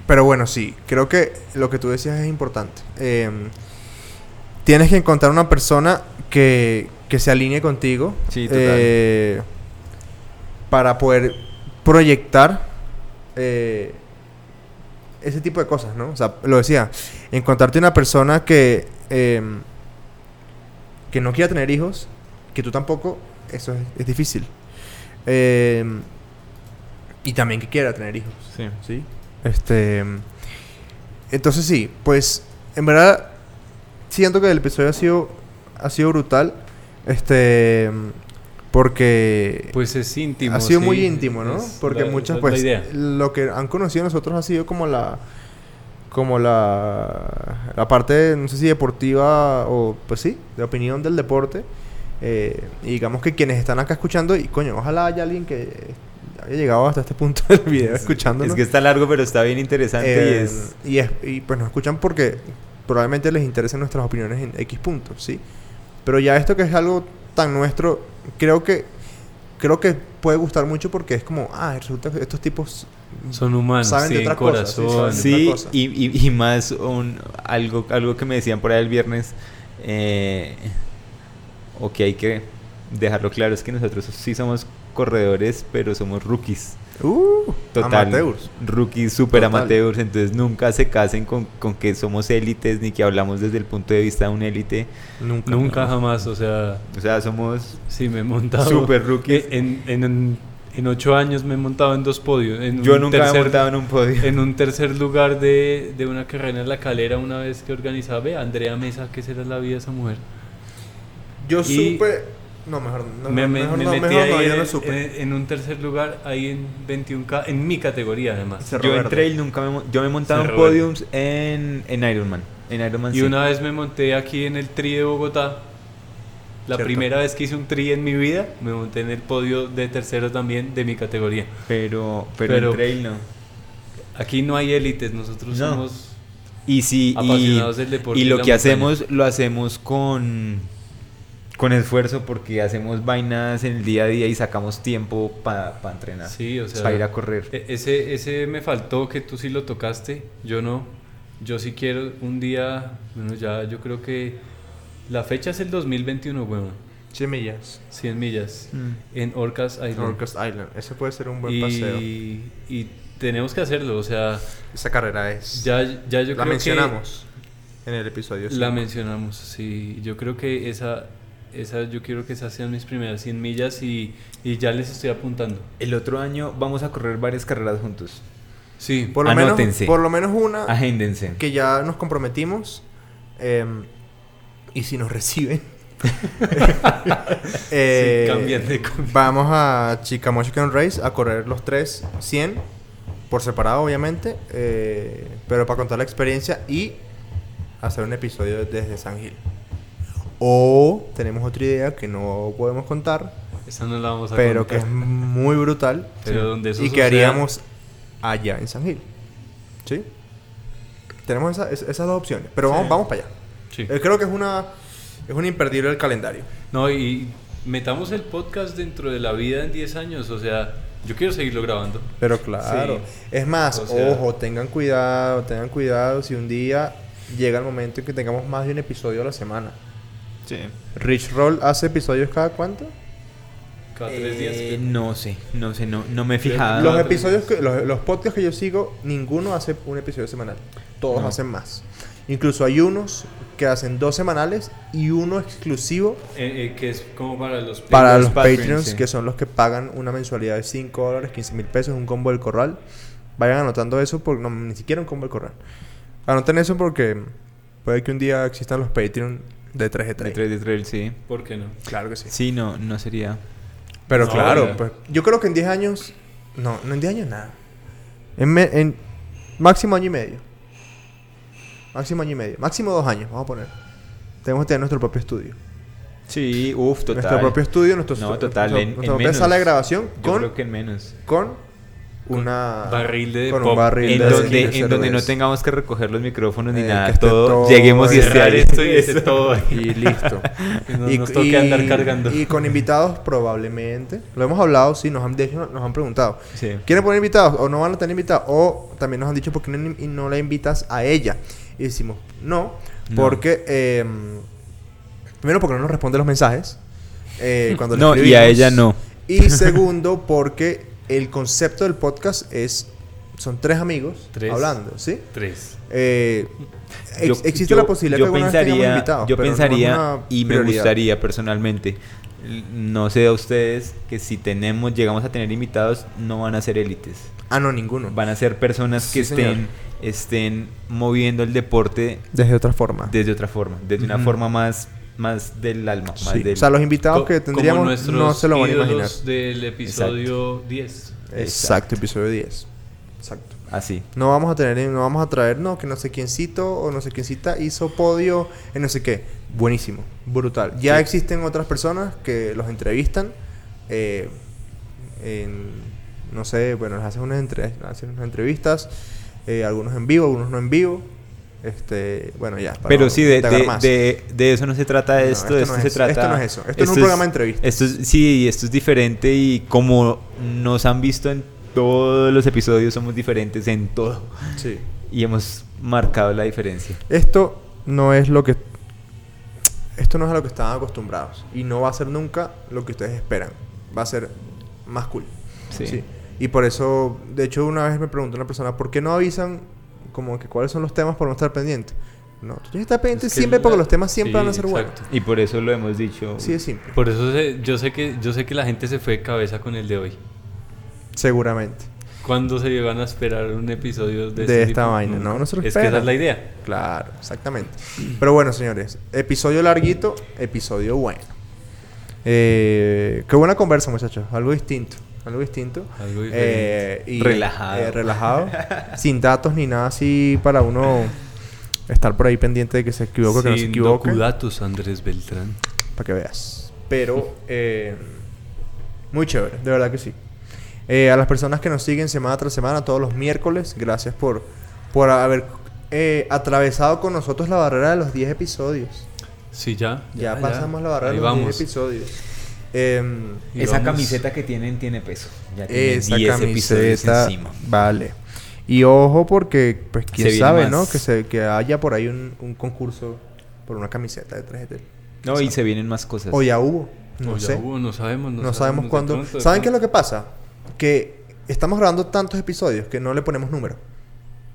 pero bueno, sí, creo que lo que tú decías es importante. Em, tienes que encontrar una persona que, que se alinee contigo.
Sí, total.
eh, para poder proyectar eh, ese tipo de cosas, ¿no? O sea, lo decía, encontrarte una persona que, em, que no quiera tener hijos, que tú tampoco, eso es, es difícil. Em, y también que quiera tener hijos.
Sí.
¿sí? Este. Entonces sí, pues en verdad siento que el episodio ha sido ha sido brutal, este porque
Pues es íntimo.
ha sido
sí,
muy íntimo, ¿no?
es
Porque
la-
muchas
la-
pues
La idea.
lo que han conocido nosotros ha sido como la como la la parte no sé si deportiva o pues sí, de opinión del deporte. Eh, y digamos que quienes están acá escuchando y coño, ojalá haya alguien que haya llegado hasta este punto del video escuchándonos.
Es que está largo, pero está bien interesante y
Eh,
es...
y es- y, pues nos escuchan porque probablemente les interesen nuestras opiniones en X puntos, ¿sí? Pero ya esto que es algo tan nuestro, creo que creo que puede gustar mucho porque es como, ah, resulta que estos tipos
Son humanos,
saben de
tienen
otra cosa, sí,
corazón.
saben de
Sí,
otra cosa.
y, y- y más un, algo, algo que me decían por ahí el viernes, eh, o que hay que dejarlo claro, es que nosotros sí somos corredores, pero somos rookies.
uh,
Total.
amateurs.
Rookies, super
Total.
amateurs. Entonces nunca se casen con, con que somos élites ni que hablamos desde el punto de vista de un élite.
Nunca.
Nunca jamás, o sea,
O sea, somos
sí me he montado.
super rookies.
Eh, En, en, en, ocho años me he montado en dos podios. En
Yo
un
nunca me he
tercer-
montado en un podio.
En un tercer lugar de, de una carrera en la calera una vez que organizaba, ve, Andrea Mesa, ¿qué será la vida de esa mujer?
Yo
Y-
supe, no, mejor no,
me, me-
mejor
me
no,
metí
mejor no, yo
ahí
no
en- eh,
supe.
en, en un tercer lugar, ahí en 21K, en mi categoría además.
Cerro
Yo en
Verde.
trail nunca me, he mon- yo me he montado en
Cerro Verde.
podiums en, en Ironman. En
Ah,
Ironman
Y
sí.
una vez me monté aquí en el tri de Bogotá. La
Cierto.
primera vez que hice un tri en mi vida, me monté en el podio de tercero también de mi categoría.
Pero, pero,
Pero-
en trail no.
Aquí no hay élites, nosotros
No.
somos
Y si y,
apasionados del deporte.
y
de
lo
la
que
montaña.
hacemos lo hacemos con con esfuerzo porque hacemos vainas en el día a día y sacamos tiempo para entrenar,
Sí, o sea,
para ir a correr.
E- Ese, ese me faltó que tú sí lo tocaste, yo no. Yo sí quiero un día, bueno, ya yo creo que la fecha es el 2021, weón.
100 millas.
100 millas
Mm.
en Orcas Island.
Norcas Island. Ese puede ser Mm. un buen
y,
paseo.
y tenemos que hacerlo, o sea,
Esa carrera es.
ya, ya yo
la
creo
mencionamos en el episodio.
que la
cinco.
mencionamos, sí. Yo creo que esa, esa yo quiero que esas sean mis primeras 100 millas y, y ya les estoy apuntando.
El otro año vamos a correr varias carreras juntos.
Sí,
Por lo, menos,
Anótense.
por lo menos
Ah.
una
Agéndense.
que ya nos comprometimos. eh, y si nos reciben, eh,
Sí, cambian de comida.
vamos a Chicamochican Race a correr los tres 100 por separado, obviamente. eh, pero para contar la experiencia y hacer un episodio desde San Gil. O tenemos otra idea que no podemos contar,
esa no la vamos a
pero que
contar.
es muy brutal.
Pero donde eso
y que
suceda-
haríamos allá en San Gil. ¿Sí? Tenemos esa- es- esas dos opciones, pero vamos,
Sí.
vamos para allá.
Sí.
Eh, creo que es una es un imperdible el calendario.
No, y metamos el podcast dentro de la vida en 10 años, o sea, yo quiero seguirlo grabando.
Pero claro,
Sí.
es más,
O sea-
ojo, tengan cuidado, tengan cuidado si un día llega el momento en que tengamos más de un episodio a la semana. Rich Roll hace episodios cada cuánto?
Cada tres días.
Eh,
creo.
no sé, no sé, no, Ah, no me he
Creo-
fijado.
los
tres
episodios que, los, los podcasts que yo sigo, ninguno hace un episodio semanal. Todos
No.
hacen más. Incluso hay unos que hacen dos semanales y uno exclusivo
Eh, eh, que es como para los...
Para
Patreons,
los
Patreons,
Patreons,
sí.
que son los que pagan una mensualidad de 5 dólares, 15 mil pesos, un combo del corral. Vayan anotando eso, porque no, ni siquiera un combo del corral. Anoten eso porque puede que un día existan los Patreons de 3 de
De
3.
trail, de trail, sí.
¿Por qué no?
Claro que sí.
Sí, no, no sería.
Pero
No,
claro,
ya.
pues yo creo que en 10 años. No, no en 10 años nada. En, me- en máximo año y medio. Máximo año y medio. Máximo 2 años, vamos a poner. Tenemos que tener nuestro propio estudio.
Sí, uff, total.
Nuestro propio estudio, nuestro
No, total,
nuestro-
en- en
nuestra propia
menos.
sala de grabación
Yo
con
creo que en menos.
con una
barril de
con un
pop.
barril
En
de-
donde,
de
en donde no
cerveza.
tengamos que recoger los micrófonos ni
Eh, que
nada.
esté
Todo,
todo
lleguemos y
ahí.
esté
Cerrar
ahí.
esto y ese todo.
y listo
Que no nos toque andar cargando.
y con invitados probablemente lo hemos hablado sí nos han de hecho, nos han preguntado
Sí.
quieren poner invitados o no van a tener invitados o también nos han dicho por qué no, y no la invitas a ella y decimos no
No.
porque eh, primero porque no nos responde los mensajes eh, cuando le
No, y a
escribimos.
ella no.
y segundo porque el concepto del podcast es son tres amigos
Tres.
hablando sí
Tres.
Eh,
Yo-
ex- existe
yo-
la posibilidad
yo
que alguna vez
pensaría,
tengamos invitados,
Yo
pero no es
pensaría
una
y me
prioridad.
gustaría personalmente, l- no sé a ustedes, que si tenemos, llegamos a tener invitados, no van a ser élites.
Ah, no, ninguno.
Van a ser personas que
Sí, señor.
estén, estén moviendo el deporte
Desde otra forma.
desde otra forma, desde una
Ah. Ujú.
forma más, más del alma. Más
Sí.
del-
O sea, los invitados
Co-
que tendríamos
como
no
nuestros
se lo van a
ídolos
imaginar.
del episodio 10.
Exacto.
Exacto.
episodio 10. Exacto.
Así.
No vamos a tener, no vamos a traer, no, que no sé quiéncito o no sé quiéncita hizo podio en no sé qué. Buenísimo, brutal. Ya
Sí.
existen otras personas que los entrevistan. eh, en- no sé, bueno, les hacen unas, entre- hacen unas entrevistas, eh, algunos en vivo, algunos no en vivo. Este, bueno, ya. para
Pero
no
sí, de,
indagar
de-
más.
de- de eso no se trata
No,
esto,
esto
esto
no
se
es-
trata...
esto no es eso, esto no es un programa de entrevistas.
Esto es- sí, esto es diferente y como nos han visto en todos los episodios, somos diferentes en todo
Sí.
y hemos marcado la diferencia.
Esto no es lo que. Esto no es a lo que estaban acostumbrados. Y no va a ser nunca lo que ustedes esperan. Va a ser más cool.
Sí.
Y por eso, de hecho, una vez me preguntó una persona, ¿por qué no avisan como que cuáles son los temas por no estar pendiente? No, tú tienes que estar pendiente
Es que
siempre porque
la-
los temas siempre
sí,
van a ser
exacto.
Y por eso lo hemos dicho.
buenos. Sí, es simple.
Por eso se- yo sé que yo sé que la gente se fue de cabeza con el de hoy.
Seguramente.
¿Cuándo se iban a esperar un episodio de,
De
este
esta
tipo?
vaina, ¿no? No se lo
Es que esa
esperan.
es la idea.
Claro, exactamente. Pero bueno, señores, episodio larguito, episodio bueno. Eh, qué buena conversa, muchachos. Algo distinto. Algo distinto.
Algo
Eh, y,
Relajado.
eh, relajado. sin datos ni nada así para uno estar por ahí pendiente de que se equivoque o que no se
Sin
equivoque.
docudatos, Andrés Beltrán.
Para que veas. Pero eh, muy chévere, de verdad que sí. Eh, a las personas que nos siguen semana tras semana, todos los miércoles, gracias por, por haber eh, atravesado con nosotros la barrera de los 10 episodios.
Sí, ya.
Ya, pasamos la barrera
Ahí
de los
vamos.
10 episodios. Em,
Y
Esa
vamos.
camiseta que tienen tiene peso. Ya tienen
esa
10 episodios
camiseta,
encima.
vale. Y ojo porque, pues, quién
viene
sabe,
más.
¿no? Que, se, que haya por ahí un, un concurso por una camiseta de 3GT.
No, y se vienen más cosas.
O ya hubo, no
No, ya
sé.
hubo, no sabemos. No,
No sabemos
de
cuándo.
pronto, de
¿Saben qué es lo
pronto.
que pasa? Que estamos grabando tantos episodios que no le ponemos número.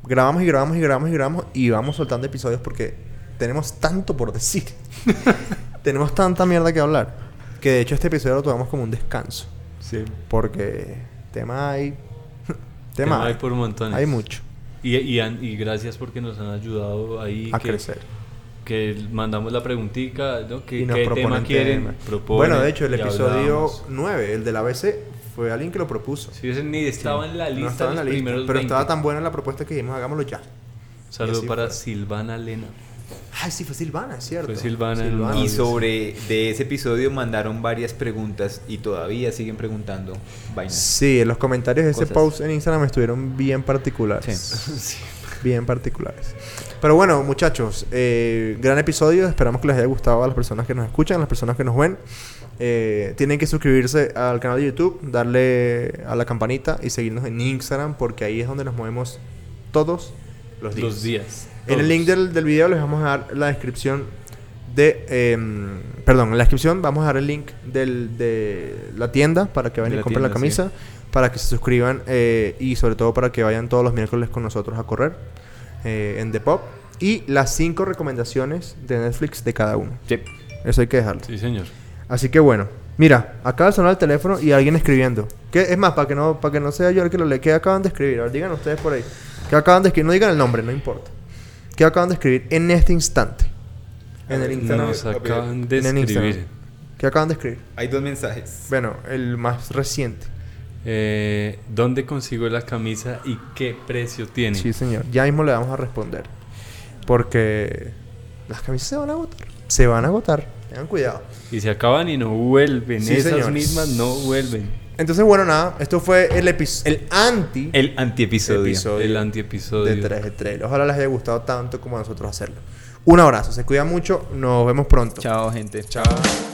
Grabamos y grabamos y grabamos y grabamos y vamos soltando episodios porque tenemos tanto por decir. tenemos tanta mierda que hablar. Que de hecho este episodio lo tomamos como un descanso.
Sí.
Porque tema hay. tema,
Tema hay por montones.
Hay mucho
Y, y han- y gracias porque nos han ayudado ahí.
a
que-
crecer.
Que mandamos la preguntica, ¿no? ¿Qué,
y nos
qué tema
proponen
quieren?
temas.
Proponen,
Bueno, de hecho, el
y
episodio
hablábamos.
9, el del ABC, fue alguien que lo propuso.
Sí, ese ni estaba en la
No
lista.
estaba en
los
la lista,
primeros
pero estaba
20.
tan buena la propuesta que dijimos, hagámoslo ya.
Saludo
Y así
para
fue.
Silvana Lena.
Ay, sí, fue Silvana, es cierto.
Fue Silvana en Ah,
Y
Dios.
sobre de ese episodio mandaron varias preguntas y todavía siguen preguntando vainas.
Sí, en los comentarios de ese
Cosas.
post en Instagram estuvieron bien particulares.
Sí.
Bien particulares. Pero bueno, muchachos, eh, gran episodio. Esperamos que les haya gustado a las personas que nos escuchan, a las personas que nos ven. Eh, tienen que suscribirse al canal de YouTube, darle a la campanita y seguirnos en Instagram porque ahí es donde nos movemos todos los días.
Los días.
En el
Todos.
link del, del video les vamos a dar la descripción de... em, perdón, en la descripción vamos a dar el link del, de la tienda para que vayan
De
y
la
compren la
tienda, sí.
camisa, para que se suscriban eh, y sobre todo para que vayan todos los miércoles con nosotros a correr eh, en The Pop. Y las cinco recomendaciones de Netflix de cada uno. Eso hay que dejarlo.
Sí, señor.
Así que bueno. Mira, acaba de sonar el teléfono y alguien escribiendo. ¿Qué? Es más, para que no, para que no sea yo el que lo lea, ¿qué acaban de escribir? A ver, digan ustedes por ahí. ¿Qué acaban de escribir? No digan el nombre, no importa. ¿Qué acaban de escribir en este instante? En
Eh,
el Instagram.
Nos acaban de
En el
escribir.
Instagram. ¿Qué acaban de escribir?
Hay dos mensajes.
Bueno, el más reciente.
Eh, ¿Dónde consigo la camisa y qué precio tiene?
Sí, señor. Ya mismo le vamos a responder. Porque las camisas se van a agotar. Se van a agotar. Tengan cuidado.
Y se acaban y no vuelven.
Sí,
Esas
señor.
mismas no vuelven.
Entonces, bueno, nada. Esto fue el, epi- el anti.
El antiepisodio.
Episodio.
El antiepisodio.
de 3 de Trail. Ojalá les haya gustado tanto como a nosotros hacerlo. Un abrazo, se cuida mucho, nos vemos pronto.
Chao, gente.
Chao.